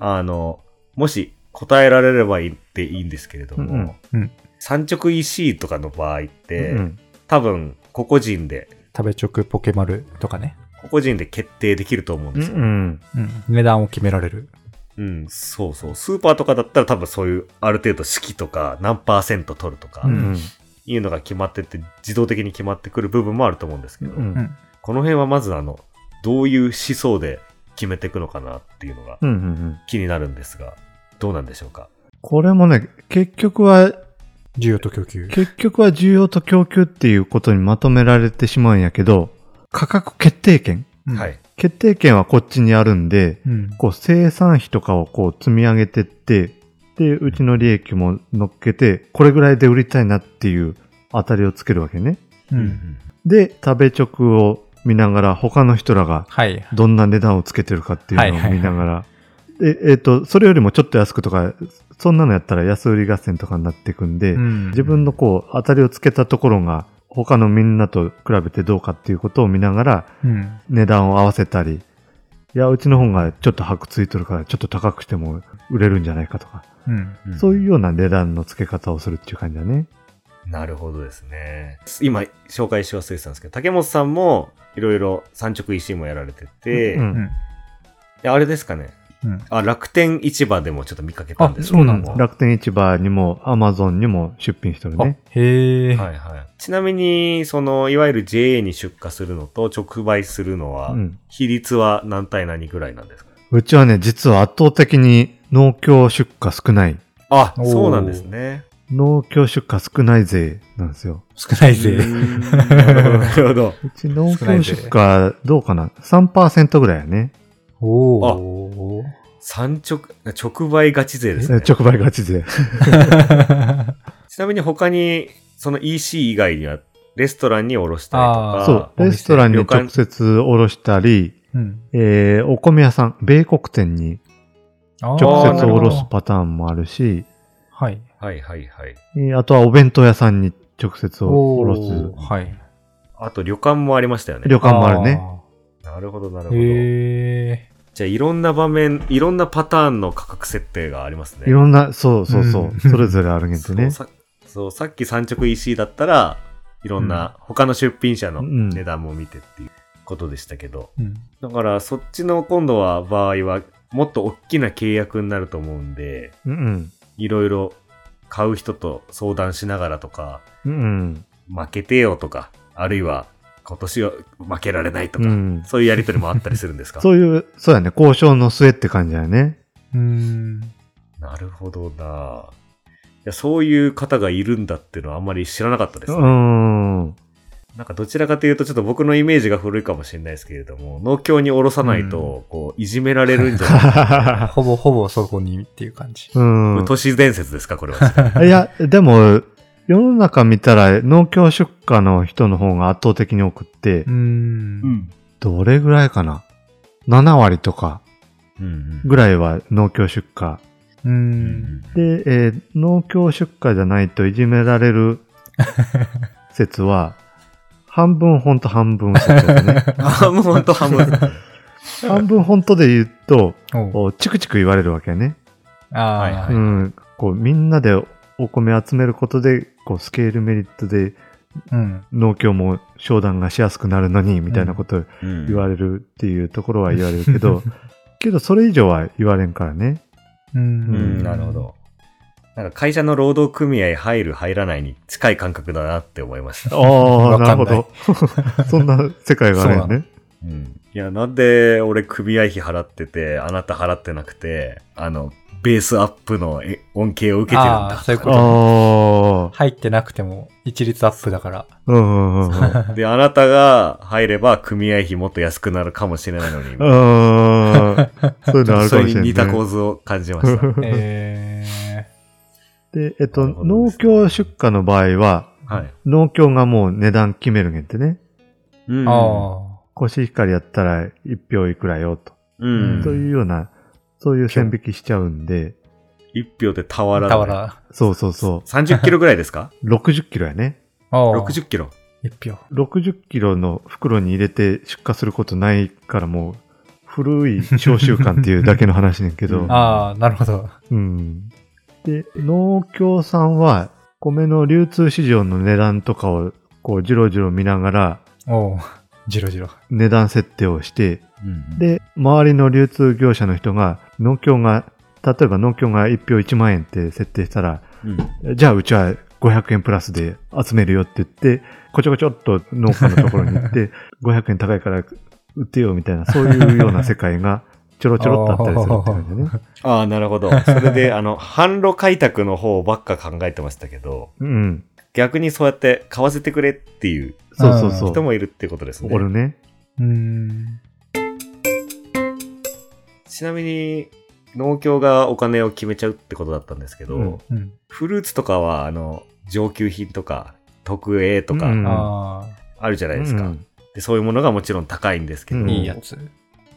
Speaker 1: あの、もし答えられればいいっていいんですけれども、
Speaker 2: うんうん
Speaker 1: 産直 EC とかの場合って、
Speaker 3: うん
Speaker 1: 多分個々人で、
Speaker 2: 食べ直ポケマルとかね。
Speaker 1: 個々人で決定できると思うん
Speaker 3: う
Speaker 1: ですよ。
Speaker 3: ん。
Speaker 2: うん。値段を決められる。
Speaker 1: うん、そうそう。スーパーとかだったら多分そういうある程度式とか何パーセント取るとか
Speaker 3: う
Speaker 2: うんん。
Speaker 1: いうのが決まってって自動的に決まってくる部分もあると思うんですけど、
Speaker 3: うん。
Speaker 1: この辺はまずあの、どういう思想で決めていくのかなっていうのが
Speaker 3: うん。うん。
Speaker 1: 気になるんですが、どうなんでしょうか
Speaker 3: これもね、結局は、
Speaker 2: 需要と供給。
Speaker 3: 結局は需要と供給っていうことにまとめられてしまうんやけど、価格決定権。
Speaker 2: うん
Speaker 1: は。い。
Speaker 3: 決定権はこっちにあるんで、
Speaker 2: うん。
Speaker 3: こう生産費とかをこう積み上げてって、で、うちの利益も乗っけて、これぐらいで売りたいなっていう当たりをつけるわけね。
Speaker 2: う。
Speaker 1: うん
Speaker 3: で、食べ直を見ながら、他の人らが
Speaker 2: はい。
Speaker 3: どんな値段をつけてるかっていうのを見ながら、でえっ、と、それよりもちょっと安くとか、そんなのやったら安売り合戦とかになっていくんで、
Speaker 2: うん
Speaker 3: 自分のこう、当たりをつけたところが、他のみんなと比べてどうかっていうことを見ながら、
Speaker 2: うん。
Speaker 3: 値段を合わせたり、いや、うちの本がちょっと箔ついてるから、ちょっと高くしても売れるんじゃないかとか、
Speaker 2: うん。
Speaker 1: ん
Speaker 3: そういうような値段の付け方をするっていう感じだね。
Speaker 1: なるほどですね。今、紹介し忘れてたんですけど、竹本さんも、いろいろ産直 EC もやられてて、
Speaker 3: う
Speaker 1: い
Speaker 3: ん。
Speaker 1: やあれですかね。
Speaker 2: うん。
Speaker 1: あ、楽天市場でもちょっと見かけたんです
Speaker 2: そうなんだ
Speaker 3: 楽天市場にも、アマゾンにも出品してる
Speaker 2: あ
Speaker 3: ね。、
Speaker 2: へえ。
Speaker 1: はいはい。ちなみに、その、いわゆる JA に出荷するのと直売するのは、
Speaker 3: うん。
Speaker 1: 比率は何対何ぐらいなんですか
Speaker 3: うちはね、実は圧倒的に農協出荷少ない。
Speaker 1: あ、
Speaker 2: おー
Speaker 1: そうなんですね。
Speaker 3: 農協出荷少ない税なんですよ。
Speaker 2: 少ないうぜ。
Speaker 1: ーんなるほどなるほど。
Speaker 3: うち農
Speaker 2: 少ない
Speaker 3: 協
Speaker 2: 税
Speaker 3: 出荷どうかな ?3% ぐらいやね。
Speaker 2: おお。
Speaker 1: 産直、直売ガチ勢ですね。
Speaker 3: 直売ガチ税。
Speaker 1: ちなみに他に、その EC 以外には、レストランに卸したりと
Speaker 2: あ
Speaker 1: か、
Speaker 2: ー
Speaker 3: そう。
Speaker 2: お店
Speaker 3: レストランに直接おろしたり、
Speaker 2: *laughs* うん。
Speaker 3: えー、お米屋さん、米国店に直接おろす
Speaker 2: あー。なるほど
Speaker 3: パターンもあるし、
Speaker 2: はい。
Speaker 1: はいはいはい。
Speaker 3: えーあとはお弁当屋さんに直接おろ
Speaker 2: ー
Speaker 3: す
Speaker 2: はい。
Speaker 1: あと旅館もありましたよね。
Speaker 3: 旅館もあるね。
Speaker 1: なるほどなるほ
Speaker 2: あー。
Speaker 1: ど。
Speaker 2: へえ。
Speaker 1: じゃあいろんな場面、いろんなパターンの価格設定がありますね。
Speaker 3: いろんな、そうそうそう、
Speaker 2: うん
Speaker 3: それぞれあるんです
Speaker 1: そう
Speaker 3: ね。
Speaker 1: さそう、さっき産直 EC だったら、いろんな他の出品者の
Speaker 3: うん
Speaker 1: 値段も見てっていうことでしたけど、
Speaker 2: うん。
Speaker 1: だからそっちの今度は場合は、もっと大きな契約になると思うんで、
Speaker 3: うんうん。
Speaker 1: いろいろ買う人と相談しながらとか、
Speaker 3: うん
Speaker 1: 負けてよとか、あるいは今年は負けられないと
Speaker 3: うん。
Speaker 1: か、
Speaker 3: うん、
Speaker 1: そういうやりとりもあったりするんですか
Speaker 3: *laughs* そういう、そうやね、交渉の末って感じだよね。
Speaker 2: うーん。
Speaker 1: なるほどな。いやそういう方がいるんだっていうのはあんまり知らなかったです
Speaker 3: う
Speaker 1: ね、
Speaker 3: ん。
Speaker 1: なんかどちらかというとちょっと僕のイメージが古いかもしれないですけれども、農協に下ろさないと、こう、いじめられるんじゃ
Speaker 3: *laughs*
Speaker 1: ないか。
Speaker 2: *laughs* ほぼほぼそこにっていう感じ。
Speaker 3: うん。
Speaker 1: 都市伝説ですか、これは。
Speaker 3: いや、でも、世の中見たら農協出荷の人の方が圧倒的に多くって、
Speaker 2: うーん。
Speaker 3: どれぐらいかな ?7 割とか
Speaker 1: うん
Speaker 3: ぐらいは農協出荷。
Speaker 2: うー。
Speaker 1: うんん。
Speaker 3: で、えー農協出荷じゃないといじめら
Speaker 1: *laughs*
Speaker 3: れる説は、半分本当半分嘘です
Speaker 1: *laughs*
Speaker 3: ね。
Speaker 1: あ、もう本当半分。
Speaker 3: 半分本当で言うと、
Speaker 2: おう
Speaker 3: こうチクチク言われるわけね。
Speaker 1: はい
Speaker 2: あ
Speaker 1: はい
Speaker 3: うん。こう、みんなでお米集めることで、こう、スケールメリットで
Speaker 2: あ。うん。
Speaker 3: 農協も商談がしやすくなるのに、みたいなことを
Speaker 1: うん *laughs*
Speaker 3: 言われるっていうところは言われるけど、けどそれ以上は言われんからね。
Speaker 2: *laughs* う
Speaker 1: うんん、なるほ。ど。なんか会社の労働組合入る入らないに近い感覚だなって思いました。
Speaker 3: ああ、
Speaker 2: わ
Speaker 3: な
Speaker 2: かん
Speaker 3: るほ
Speaker 2: ない
Speaker 3: ど。 *laughs* そんな世界があるよね。
Speaker 1: うんいや、なんで俺組合費払ってて、あなた払ってなくて、あの、ベースアップのえ恩恵を受けてるん
Speaker 2: あー
Speaker 1: だ。
Speaker 2: そういうこ
Speaker 3: あ
Speaker 2: と
Speaker 3: あ。
Speaker 2: 入ってなくても一律アップだ *laughs* から。
Speaker 3: うんうんう
Speaker 2: *laughs*
Speaker 3: んうん。う
Speaker 1: で、あなたが入れば組合費もっと安くなるかもしれないのに、
Speaker 3: ーんそういうのある
Speaker 1: それ
Speaker 3: かも
Speaker 1: に
Speaker 3: しれない、
Speaker 1: 似た構図を感じました。
Speaker 2: ええ。
Speaker 3: で、えっと、
Speaker 1: なるほど
Speaker 3: 農
Speaker 1: ですね
Speaker 3: 協出荷の場合は、
Speaker 1: はい。
Speaker 3: 農協がもう値段決めるげんってね。
Speaker 1: うん
Speaker 2: あ
Speaker 3: コシヒカリやったら1票いくらよと。
Speaker 1: う
Speaker 2: うん
Speaker 1: ん。
Speaker 3: というような、そういう線引きしちゃうんで、
Speaker 1: 一票で俵
Speaker 2: あ。
Speaker 1: だ。
Speaker 2: たわら。
Speaker 3: そうそうそ
Speaker 1: 30キロぐらいですか
Speaker 3: う。60キロやね。
Speaker 2: ああ。
Speaker 1: ?60 キロ。
Speaker 2: 一票。
Speaker 3: 60キロの袋に入れて出荷することないからもう、古い消臭感っていうだけの話ねんけ
Speaker 1: う
Speaker 2: *laughs*
Speaker 3: ど
Speaker 1: ん。
Speaker 2: ああ、なるほど。
Speaker 3: うん。で、農協さんは、米の流通市場の値段とかを、こう、じろじろ見ながら、
Speaker 2: おう。じろじろ。
Speaker 3: 値段設定をして、
Speaker 1: うん、
Speaker 3: で、周りの流通業者の人が、農協が、例えば農協が1票1万円って設定したら、
Speaker 1: うん
Speaker 3: じゃあうちは500円プラスで集めるよって言って、こちょこちょっと農家のところに行って、500円高いから売ってよみたいな、そういうような世界がちょろちょろっとあったりするって感じだね。
Speaker 1: ああ、なるほど。それで、あの、販路開拓の方ばっか考えてましたけど、
Speaker 3: うん。
Speaker 1: 逆にそうやって買わせてくれっていう
Speaker 3: そうそうそう。
Speaker 1: 人もいるってことですね。
Speaker 3: おるね。
Speaker 2: うーん。
Speaker 1: ちなみに、農協がお金を決めちゃうってことだったんですけど、
Speaker 3: うん
Speaker 2: うん。
Speaker 1: フルーツとかは、あの、上級品とか、特 A と
Speaker 3: う
Speaker 1: か
Speaker 3: ん
Speaker 2: あ
Speaker 1: あるじゃないですか、
Speaker 3: うん
Speaker 1: で。そういうものがもちろん高いんですけど、
Speaker 3: う
Speaker 2: あ。
Speaker 3: ん
Speaker 2: いいやつ。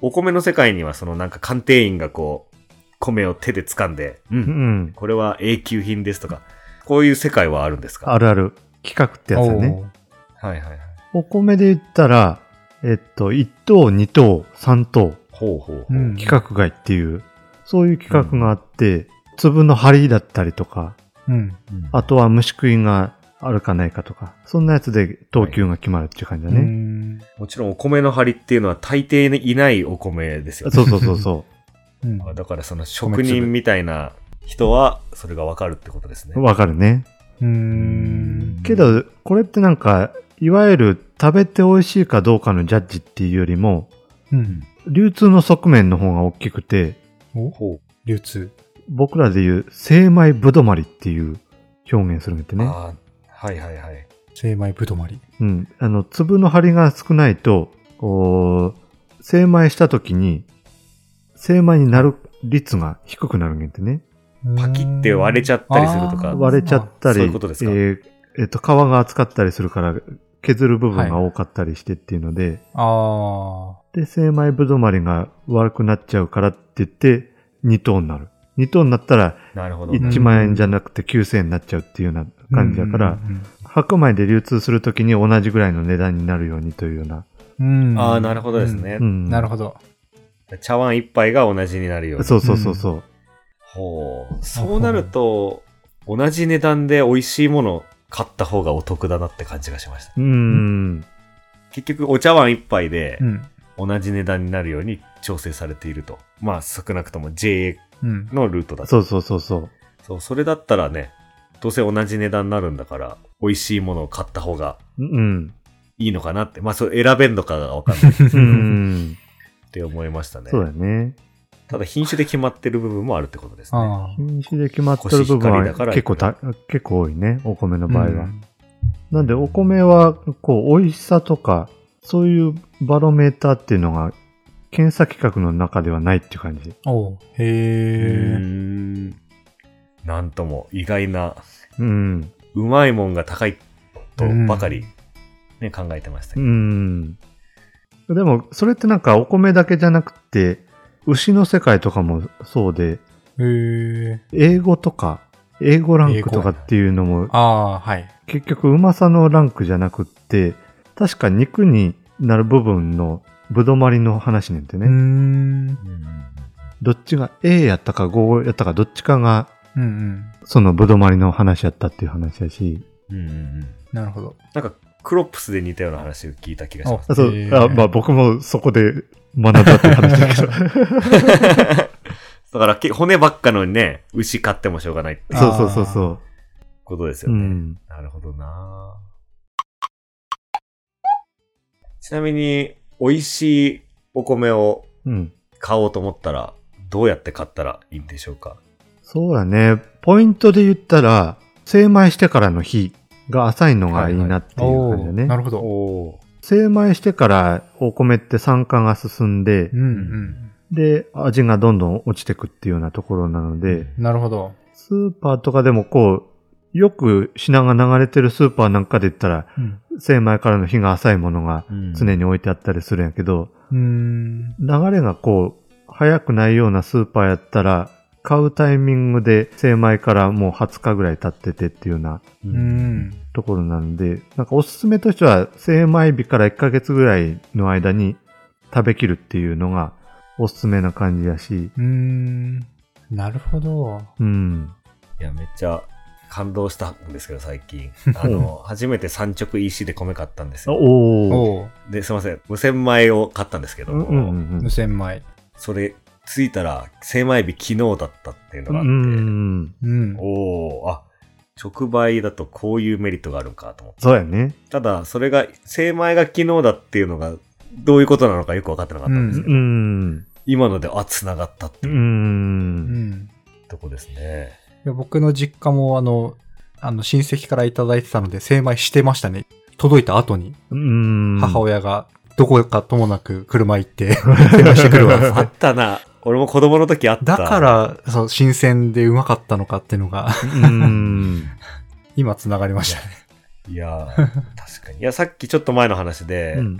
Speaker 1: お米の世界には、そのなんか鑑定員がこう、米を手で掴んで、うん
Speaker 3: うん。
Speaker 1: これは A 級品ですとか、こういう世界はあるんですか
Speaker 3: あるある。企画ってやつだね。
Speaker 2: おう。
Speaker 1: はいはいはい。
Speaker 3: お米で言ったら、えっと、1等、2等、3等。
Speaker 1: ほうほうほう。
Speaker 2: うん
Speaker 3: 規格外っていう、そういう規格があって、粒の張りだったりとか、
Speaker 2: うん。
Speaker 1: うん
Speaker 3: あとは虫食いがあるかないかとか、そんなやつで等級が決まるっていう感じだ
Speaker 2: う
Speaker 3: ね。
Speaker 2: ん
Speaker 1: もちろんお米の張りっていうのは大抵いないお米ですよね。
Speaker 3: そうそうそうそ
Speaker 2: うん
Speaker 1: だからその職人みたいな人はそれがわかるってことですね。 *laughs*
Speaker 3: う。わかるね。
Speaker 2: うーん。
Speaker 3: けど、これってなんか、いわゆる食べて美味しいかどうかのジャッジっていうよりも、
Speaker 2: うん。
Speaker 3: 流通の側面の方が大きくて、
Speaker 2: お
Speaker 1: ほ
Speaker 2: 流通。
Speaker 3: 僕らで言う精米ぶどまりっていう表現するんだって
Speaker 1: う。
Speaker 3: ね。
Speaker 1: あーはいはいはい。
Speaker 2: 精米ぶどまり。
Speaker 3: うん。あの、粒の張りが少ないと、こう、精米した時に、精米になる率が低くなるんだってね。
Speaker 1: パキって割れちゃったりするとか
Speaker 2: あー
Speaker 3: 割れちゃったり、
Speaker 1: そういうことですか
Speaker 3: えーえっと、皮が厚かったりするから、削る部分が多かったりしてっていうので、
Speaker 2: あ
Speaker 3: で、精米ぶどまりが悪くなっちゃうからって言って、2等になる。2等になったら、
Speaker 1: なるほど。
Speaker 2: ん
Speaker 3: 1万円じゃなくて9000円になっちゃうっていうような
Speaker 2: あ。
Speaker 3: 感じだから、白米で流通するときに同じぐらいの値段になるようにというような。
Speaker 2: うん。うん
Speaker 1: ああ、なるほどです。ね。
Speaker 3: うん
Speaker 2: なるほど。
Speaker 1: 茶碗一杯が同じになるように。
Speaker 3: そうそうそうそう。
Speaker 1: ほう。そうなると、同じ値段で美味しいものを買った方がお得だなって感じがしました。
Speaker 3: うーん。
Speaker 1: 結局、お茶碗一杯で
Speaker 2: うん。
Speaker 1: 同じ値段になるように調整されていると。まあ、少なくとも JA
Speaker 2: うん。
Speaker 1: のルートだと。
Speaker 3: そうそうそうそう。
Speaker 1: そう、それだったらね、どうせ同じ値段になるんだから、美味しいものを買った方が
Speaker 3: うん。
Speaker 1: いいのかなって。まあ、それ選べんのかがわかんないっ
Speaker 3: うん。
Speaker 1: て思いましたね。
Speaker 3: *laughs* そうだね。
Speaker 1: ただ、品種で決まってる部分もあるってことですね。
Speaker 2: ああ。
Speaker 3: 品種で決まってる部分
Speaker 1: コシヒカリだ
Speaker 3: は
Speaker 1: から
Speaker 3: 結構た、結構多いね。お米の *laughs* 場合は。
Speaker 2: うん
Speaker 3: なんで、お米は、こう、美味しさとか、そういうバロメーターっていうのが、検査規格の中ではないっていう感じ。
Speaker 2: おう
Speaker 1: うー
Speaker 2: へえ。
Speaker 1: ん。なんとも意外な
Speaker 3: うん。
Speaker 1: うまいもんが高いとばかり、ね考えてましたけ
Speaker 3: う
Speaker 1: ど、
Speaker 3: ん。でも、それってなんか、お米だけじゃなくて、牛の世界とかもそうで、
Speaker 2: へえ。
Speaker 3: 英語とか、英語ランクとかっていうのも、
Speaker 2: ああ、はい。
Speaker 3: 結局、うまさのランクじゃなくって、確か肉になる部分のぶどまりの話ねんて
Speaker 2: う
Speaker 3: ね。
Speaker 2: ーん。
Speaker 1: うん
Speaker 3: どっちが A やったか5やったかどっちかが
Speaker 2: うんうん。
Speaker 3: そのぶどまりの話やったっていう話やし。
Speaker 1: うんうん
Speaker 2: なるほど。
Speaker 1: なんかクロップスで似たような話を聞いた気がします
Speaker 3: あそう、
Speaker 2: へー
Speaker 3: あまあ僕もそこで学んだっていう話だ
Speaker 2: *laughs*
Speaker 3: けど。
Speaker 1: *laughs* だからけ骨ばっかのね牛飼ってもしょうがないって
Speaker 2: あ
Speaker 3: そうそうそうそ
Speaker 1: ことです
Speaker 3: う。
Speaker 1: よ
Speaker 3: う
Speaker 1: ね、
Speaker 3: ん。
Speaker 1: なるほどなちなみに美味しいお米を
Speaker 3: うん。
Speaker 1: 買おうと思ったらどうやって買ったらいいんでしょうか
Speaker 3: そうだね。ポイントで言ったら、精米してからの日が浅いのがいいなっていう
Speaker 2: お
Speaker 3: 感じだね。
Speaker 2: うなるほど。
Speaker 1: おー
Speaker 3: 精米してからお米って酸化が進んで
Speaker 2: う、ん
Speaker 3: で、味がどんどん落ちてくっていうようなところなので、
Speaker 2: うん。なるほど。
Speaker 3: スーパーとかでもこう、よく品が流れてるスーパーなんかで言ったら、
Speaker 2: うん。
Speaker 3: 精米からの日が浅いものが
Speaker 1: うん
Speaker 3: 常に置いてあったりするんやけど、
Speaker 2: うーん。
Speaker 3: 流れがこう、早くないようなスーパーやったら、買うタイミングで精米からもう20日ぐらい経っててっていうような
Speaker 1: う
Speaker 2: うーん。
Speaker 3: ところなんで、なんかおすすめとしては、精米日から1ヶ月ぐらいの間に食べきるっていうのがおすすめな感じやし、
Speaker 2: うーん。なるほど。
Speaker 3: うん。
Speaker 1: いや、めっちゃ感動したんですけど、最
Speaker 3: *laughs*
Speaker 1: 近。あの、初めて産直 EC で米買ったんです
Speaker 3: あ
Speaker 1: よ。
Speaker 3: おー。
Speaker 2: おう
Speaker 1: で、すいません、無洗米を買ったんですけど、
Speaker 3: うんうんうん
Speaker 2: 無洗米。
Speaker 1: それ、着いたら、精米日昨日だったっていうの
Speaker 3: う
Speaker 1: があって、
Speaker 3: んうん。
Speaker 2: うん。
Speaker 1: おー、あ、直売だとこういうメリットがあるんかと思って。
Speaker 3: そうやね。
Speaker 1: ただ、それが、精米が昨日だっていうのが、どういうことなのかよく分かってなかったんですけど、
Speaker 3: うん。
Speaker 1: 今ので、あ、繋がったって
Speaker 3: う。
Speaker 1: いうん
Speaker 2: うん。
Speaker 1: とこですね。
Speaker 2: いや僕の実家もあの、あの親戚からいただいてたので、精米してましたね。届いた後に、
Speaker 3: うん。
Speaker 2: 母親が、どこかともなく車行って、精米してくるわ
Speaker 1: *laughs*
Speaker 2: っつ
Speaker 1: あ
Speaker 2: って
Speaker 1: っ。たな。俺も子供の時あった。
Speaker 2: だから、そう、新鮮でうまかったのかっていうのが、 *laughs*
Speaker 3: うん。
Speaker 2: 今繋がりましたね。
Speaker 1: いやー確かに。いや、さっきちょっと前の話で、
Speaker 3: うん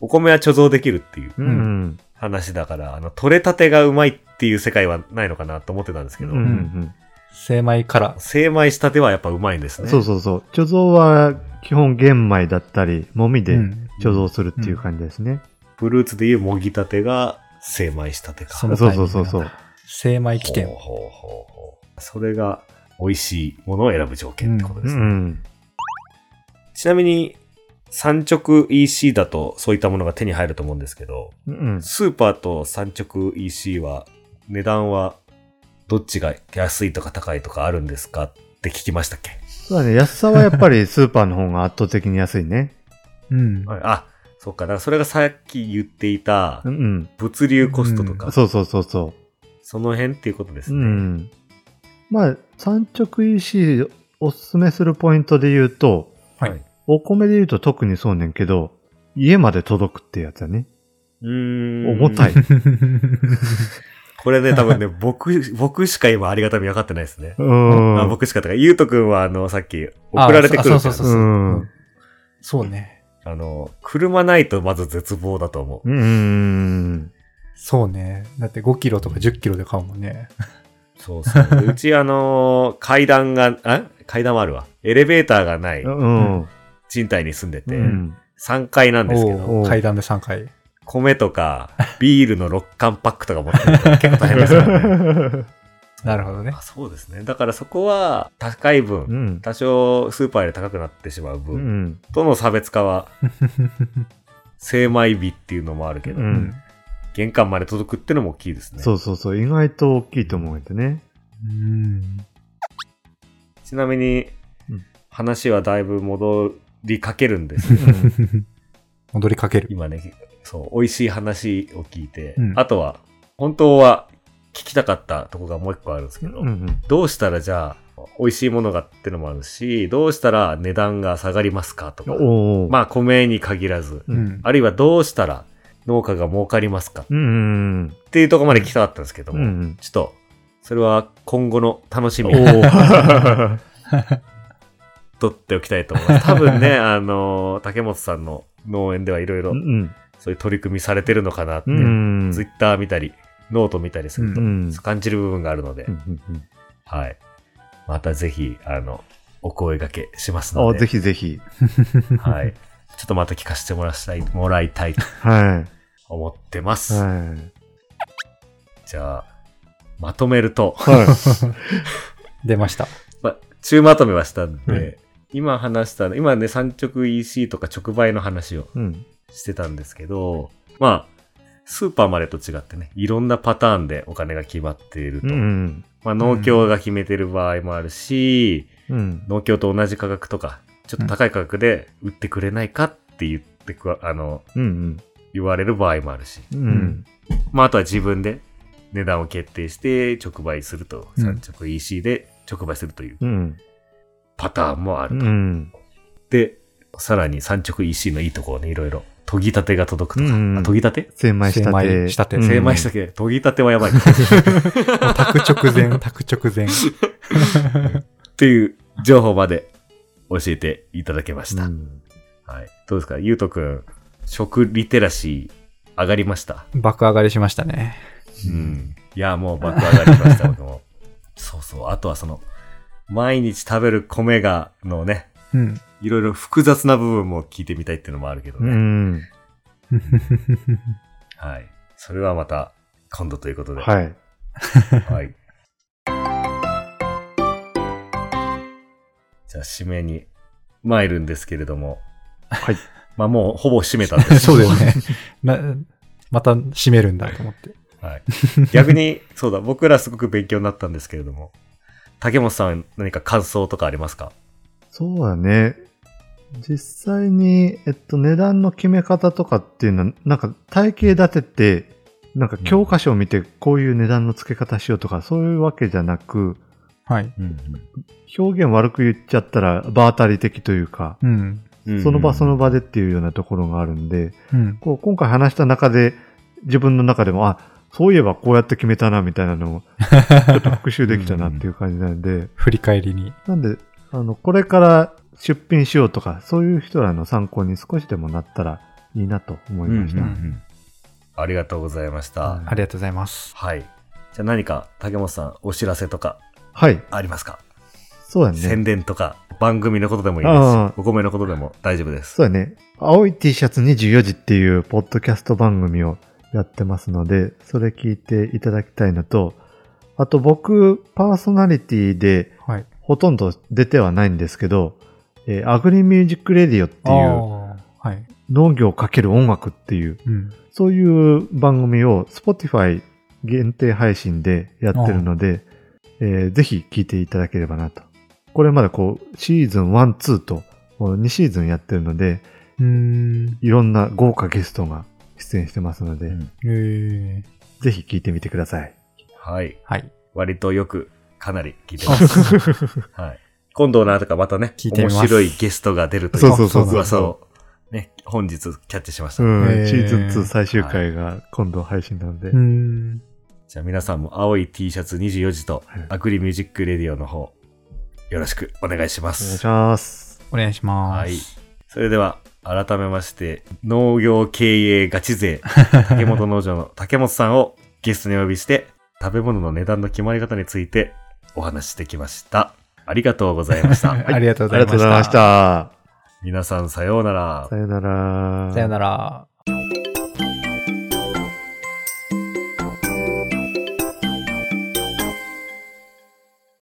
Speaker 1: お米は貯蔵できるっていう
Speaker 3: うん。
Speaker 1: 話だから、あの、取れたてがうまいっていう世界はないのかなと思ってたんですけど、
Speaker 3: うんうん
Speaker 2: 精米から。
Speaker 1: 精米したてはやっぱうまいんです
Speaker 3: うん
Speaker 1: ね。
Speaker 3: そうそうそう。貯蔵は基本玄米だったり、もみで
Speaker 2: うん
Speaker 3: 貯蔵するっていう感じですね。
Speaker 1: フルーツでいうもぎたてが精米したてか。
Speaker 2: その
Speaker 3: そうそうそうそう。
Speaker 2: 精米起点
Speaker 1: ほう。ほうほうほうそれが美味しいものを選ぶ条件ってことで
Speaker 3: う
Speaker 1: すね。
Speaker 3: ん。
Speaker 1: ちなみに、産直 EC だとそういったものが手に入ると思うんですけど、
Speaker 3: うん。
Speaker 1: スーパーと産直 EC は値段はどっちが安いとか高いとかあるんですかって聞きましたっけ
Speaker 3: そうだね。安さはやっ
Speaker 1: *laughs*
Speaker 3: ぱりスーパーの方が圧倒的に安いね。
Speaker 2: うん。
Speaker 1: あ、そっか。だからそれがさっき言っていた
Speaker 3: うん
Speaker 1: 物流コストとか、
Speaker 3: うん。そうそうそうそ
Speaker 1: その辺っていうことです
Speaker 3: う。う
Speaker 1: ね。
Speaker 3: ん。まあ、産直 EC おすすめするポイントで言うと、
Speaker 1: はい。
Speaker 3: お米で言うと特にそうねんけど、家まで届くってやつだね。
Speaker 1: うーん。
Speaker 3: 重
Speaker 1: *laughs*
Speaker 3: たい。。
Speaker 1: これね、多分ね、 *laughs* 僕、僕しか今ありがたみ分かってないですね。
Speaker 3: う
Speaker 1: あ
Speaker 3: ん。
Speaker 1: 僕しかとか、ゆうとくんはあの、さっき送られてくる
Speaker 2: あ
Speaker 1: あ
Speaker 2: そうそうそうう。
Speaker 3: ん。うん
Speaker 2: そうね。
Speaker 1: あの、車ないとまず絶望だと思う。
Speaker 3: うん。
Speaker 2: そうね。だって5キロとか10キロで買うもんね。
Speaker 1: そうそう。
Speaker 3: *laughs*
Speaker 1: でうちあの、階段が、あ階段はあるわ。エレベーターがない
Speaker 3: うん。
Speaker 1: 賃貸に住んでて、
Speaker 3: うん。
Speaker 1: 3階なんですけど、
Speaker 2: おう階段で3回。
Speaker 1: 米とか、ビールの6缶パックとか持ってるから *laughs* 結構大変です
Speaker 3: *laughs*
Speaker 1: からね。
Speaker 2: なるほどね
Speaker 1: あ。そうですね。だからそこは、高い分、
Speaker 3: うん。
Speaker 1: 多少スーパーより高くなってしまう
Speaker 3: う
Speaker 1: 分、
Speaker 3: ん。
Speaker 1: との差別化は、精米日っていうのもあるけど、
Speaker 3: う
Speaker 2: うんん。
Speaker 1: 玄関まで届くってのも大きいですね。
Speaker 3: そうそうそう。意外と大きいと思うんだ
Speaker 1: *laughs*
Speaker 3: よね。
Speaker 2: うん。
Speaker 1: ちなみに
Speaker 3: うん、
Speaker 1: 話はだいぶ戻りかけるんですけど、
Speaker 2: 戻りかける。
Speaker 1: 今ね、そう、美味しい話を聞いて、
Speaker 2: うん
Speaker 1: あとは、本当は聞きたかったとこがもう一個あるんですけど、
Speaker 3: うん。
Speaker 1: どうしたらじゃあ、美味しいものがってのもあるし、どうしたら値段が下がりますかとか、
Speaker 3: おお。
Speaker 1: まあ米に限らず、
Speaker 3: うん
Speaker 2: うん
Speaker 1: あるいはどうしたら農家が儲かりますかっ
Speaker 3: うん。
Speaker 1: ていうところまで聞きたかったんですけど
Speaker 3: う
Speaker 1: も、 *laughs*
Speaker 3: ん。
Speaker 1: ちょっと、それは今後の楽しみ *laughs*
Speaker 3: お
Speaker 1: に
Speaker 3: お。
Speaker 1: とっておきたいと思います。多分ね、あの、竹本さんの農園ではいろいろ
Speaker 3: うん。
Speaker 1: そういう取り組みされてるのかなって、
Speaker 3: うん。
Speaker 1: ツイッター見たり、ノート見たりすると、
Speaker 3: うん
Speaker 1: 感じる部分があるので、はい。またぜひ、あの、お声掛けしますの
Speaker 3: あ、
Speaker 1: で、
Speaker 3: ぜひぜひ。
Speaker 1: はい。ちょっとまた聞かせてもらしたい、もらいたいと
Speaker 3: は
Speaker 1: 思ってます。
Speaker 3: い。はい。
Speaker 1: じゃあ、まとめると、 *laughs*
Speaker 3: は
Speaker 2: *laughs* 出ました。
Speaker 1: まあ、中まとめはしたんで、
Speaker 3: うん
Speaker 1: 今話したの、今ね、産直 EC とか直売の話を
Speaker 3: い。うん。
Speaker 1: してたんですけど、まあ、スーパーまでと違ってね、いろんなパターンでお金が決まっていると。
Speaker 3: うん。
Speaker 1: まあ、農協が決めてる場合もあるし、
Speaker 3: うん。
Speaker 1: 農協と同じ価格とか、ちょっと高い価格で売ってくれないかって言ってくわ、あの、
Speaker 3: うん。
Speaker 1: 言われる場合もあるし。
Speaker 3: うん。
Speaker 1: まあ、あとは自分で値段を決定して直売すると、
Speaker 2: うん
Speaker 1: 産直 EC で直売するという
Speaker 3: うん。
Speaker 1: パターンもあ
Speaker 3: う
Speaker 1: ると。
Speaker 3: ん。
Speaker 1: で、さらに産直 EC のいいところね、いろいろ、研ぎ立てが届くとか、
Speaker 3: うん
Speaker 1: あ研ぎ立て
Speaker 3: 精米したて。
Speaker 2: うん
Speaker 1: 精米したけど、研ぎ立てはやばい。っ
Speaker 2: 炊く直 *laughs* 前、炊く直前。
Speaker 1: ていう情報まで教えていただけました。はい。どうですかゆうとくん、食リテラシー上がりました。
Speaker 2: 爆上がりしましたね。
Speaker 1: うん。いや、もう爆上がりました、僕も。そうそう。あとはその、毎日食べる米が、のね、
Speaker 2: うん。
Speaker 1: いろいろ複雑な部分も聞いてみたいっていうのもあるけど
Speaker 3: う
Speaker 1: ね。
Speaker 3: ん。
Speaker 1: はい。それはまた、今度ということで。
Speaker 3: はい。
Speaker 1: はい。じゃあ、締めに参るんですけれども。
Speaker 3: はい。
Speaker 1: まあ、もうほぼ締めたん
Speaker 3: *laughs*
Speaker 1: です
Speaker 2: *laughs* そうだよね。な、また閉めるんだと思って。
Speaker 1: はい、逆に、そうだ、僕らすごく勉強になったんですけれども。竹本さん、何か感想とかありますか
Speaker 3: そうだね。実際に、えっと、値段の決め方とかっていうのは、なんか体系立てて、なんか教科書を見て、こういう値段の付け方しようとか、そういうわけじゃなく、
Speaker 2: はい。
Speaker 1: うん、
Speaker 3: 表現悪く言っちゃったら、場当たり的というか、
Speaker 2: うん。
Speaker 1: うん
Speaker 3: その場その場でっていうようなところがあるんで、
Speaker 2: *laughs* うん。
Speaker 3: こう今回話した中で、自分の中でも、あ、そういえばこうやって決めたな、みたいなのを、ちょっと復習できたなっていう感じなんで、
Speaker 2: 振り返りに。
Speaker 3: なんで、あの、これから出品しようとか、そういう人らの参考に少しでもなったらいいなと思いました。
Speaker 1: うんうんうんありがとうございました。
Speaker 3: うん
Speaker 2: ありがとうございます。
Speaker 1: はい。じゃあ何か竹本さんお知らせとか
Speaker 3: はい、
Speaker 1: ありますか、
Speaker 3: そうだね。
Speaker 1: 宣伝とか番組のことでもいい
Speaker 3: あ
Speaker 1: で
Speaker 3: あ
Speaker 1: すし、お米のことでも大丈夫です。
Speaker 3: そうだね。青い T シャツ24時っていうポッドキャスト番組をやってますので、それ聞いていただきたいのと、あと僕、パーソナリティで
Speaker 2: はい。
Speaker 3: ほとんど出てはないんですけど、えーアグリミュージックレディオって
Speaker 2: あ
Speaker 3: いう
Speaker 2: ーはい。
Speaker 3: 農業かける音楽っていう、
Speaker 2: うん。
Speaker 3: そういう番組を Spotify 限定配信でやってるので、えーぜひ聞いていただければなと。これまだこう、シーズン1、2と、2シーズンやってるので、
Speaker 2: うーん。
Speaker 3: いろんな豪華ゲストが出演してますので、
Speaker 1: うん
Speaker 2: えー、
Speaker 3: ぜひ聞いてみてください。
Speaker 1: はい。
Speaker 2: はい。
Speaker 1: 割とよく、かなり聞いてます。はい。今度なんとかまたね、
Speaker 2: 聞いてみます
Speaker 1: 面白いゲストが出るとい
Speaker 3: そう
Speaker 1: う
Speaker 3: そうそうそう。
Speaker 1: 噂を、ね、本日キャッチしました。
Speaker 3: うん、
Speaker 2: へー
Speaker 3: シーズン2最終回が今度配信なの
Speaker 2: *laughs*
Speaker 3: で、
Speaker 2: うーん。
Speaker 1: じゃあ皆さんも青い T シャツ24時と、アグリミュージックレディオの方、よろしくお願いしま
Speaker 3: お願い
Speaker 1: す
Speaker 3: し。ます。
Speaker 2: お願いします。
Speaker 1: はい。それでは、改めまして、農業経営ガチ勢、竹本農場の竹本さんをゲストにお呼びして、食べ物の値段の決まり方についてお話ししてきました。ありがとうございまし
Speaker 2: *laughs*
Speaker 1: た。
Speaker 2: ありがとう
Speaker 3: あ
Speaker 2: ござ
Speaker 3: り
Speaker 2: いま
Speaker 3: がと
Speaker 2: し
Speaker 3: うございま
Speaker 2: た
Speaker 3: し。た。
Speaker 1: 皆さんさようなら
Speaker 3: さ。よなら。
Speaker 2: さよなら。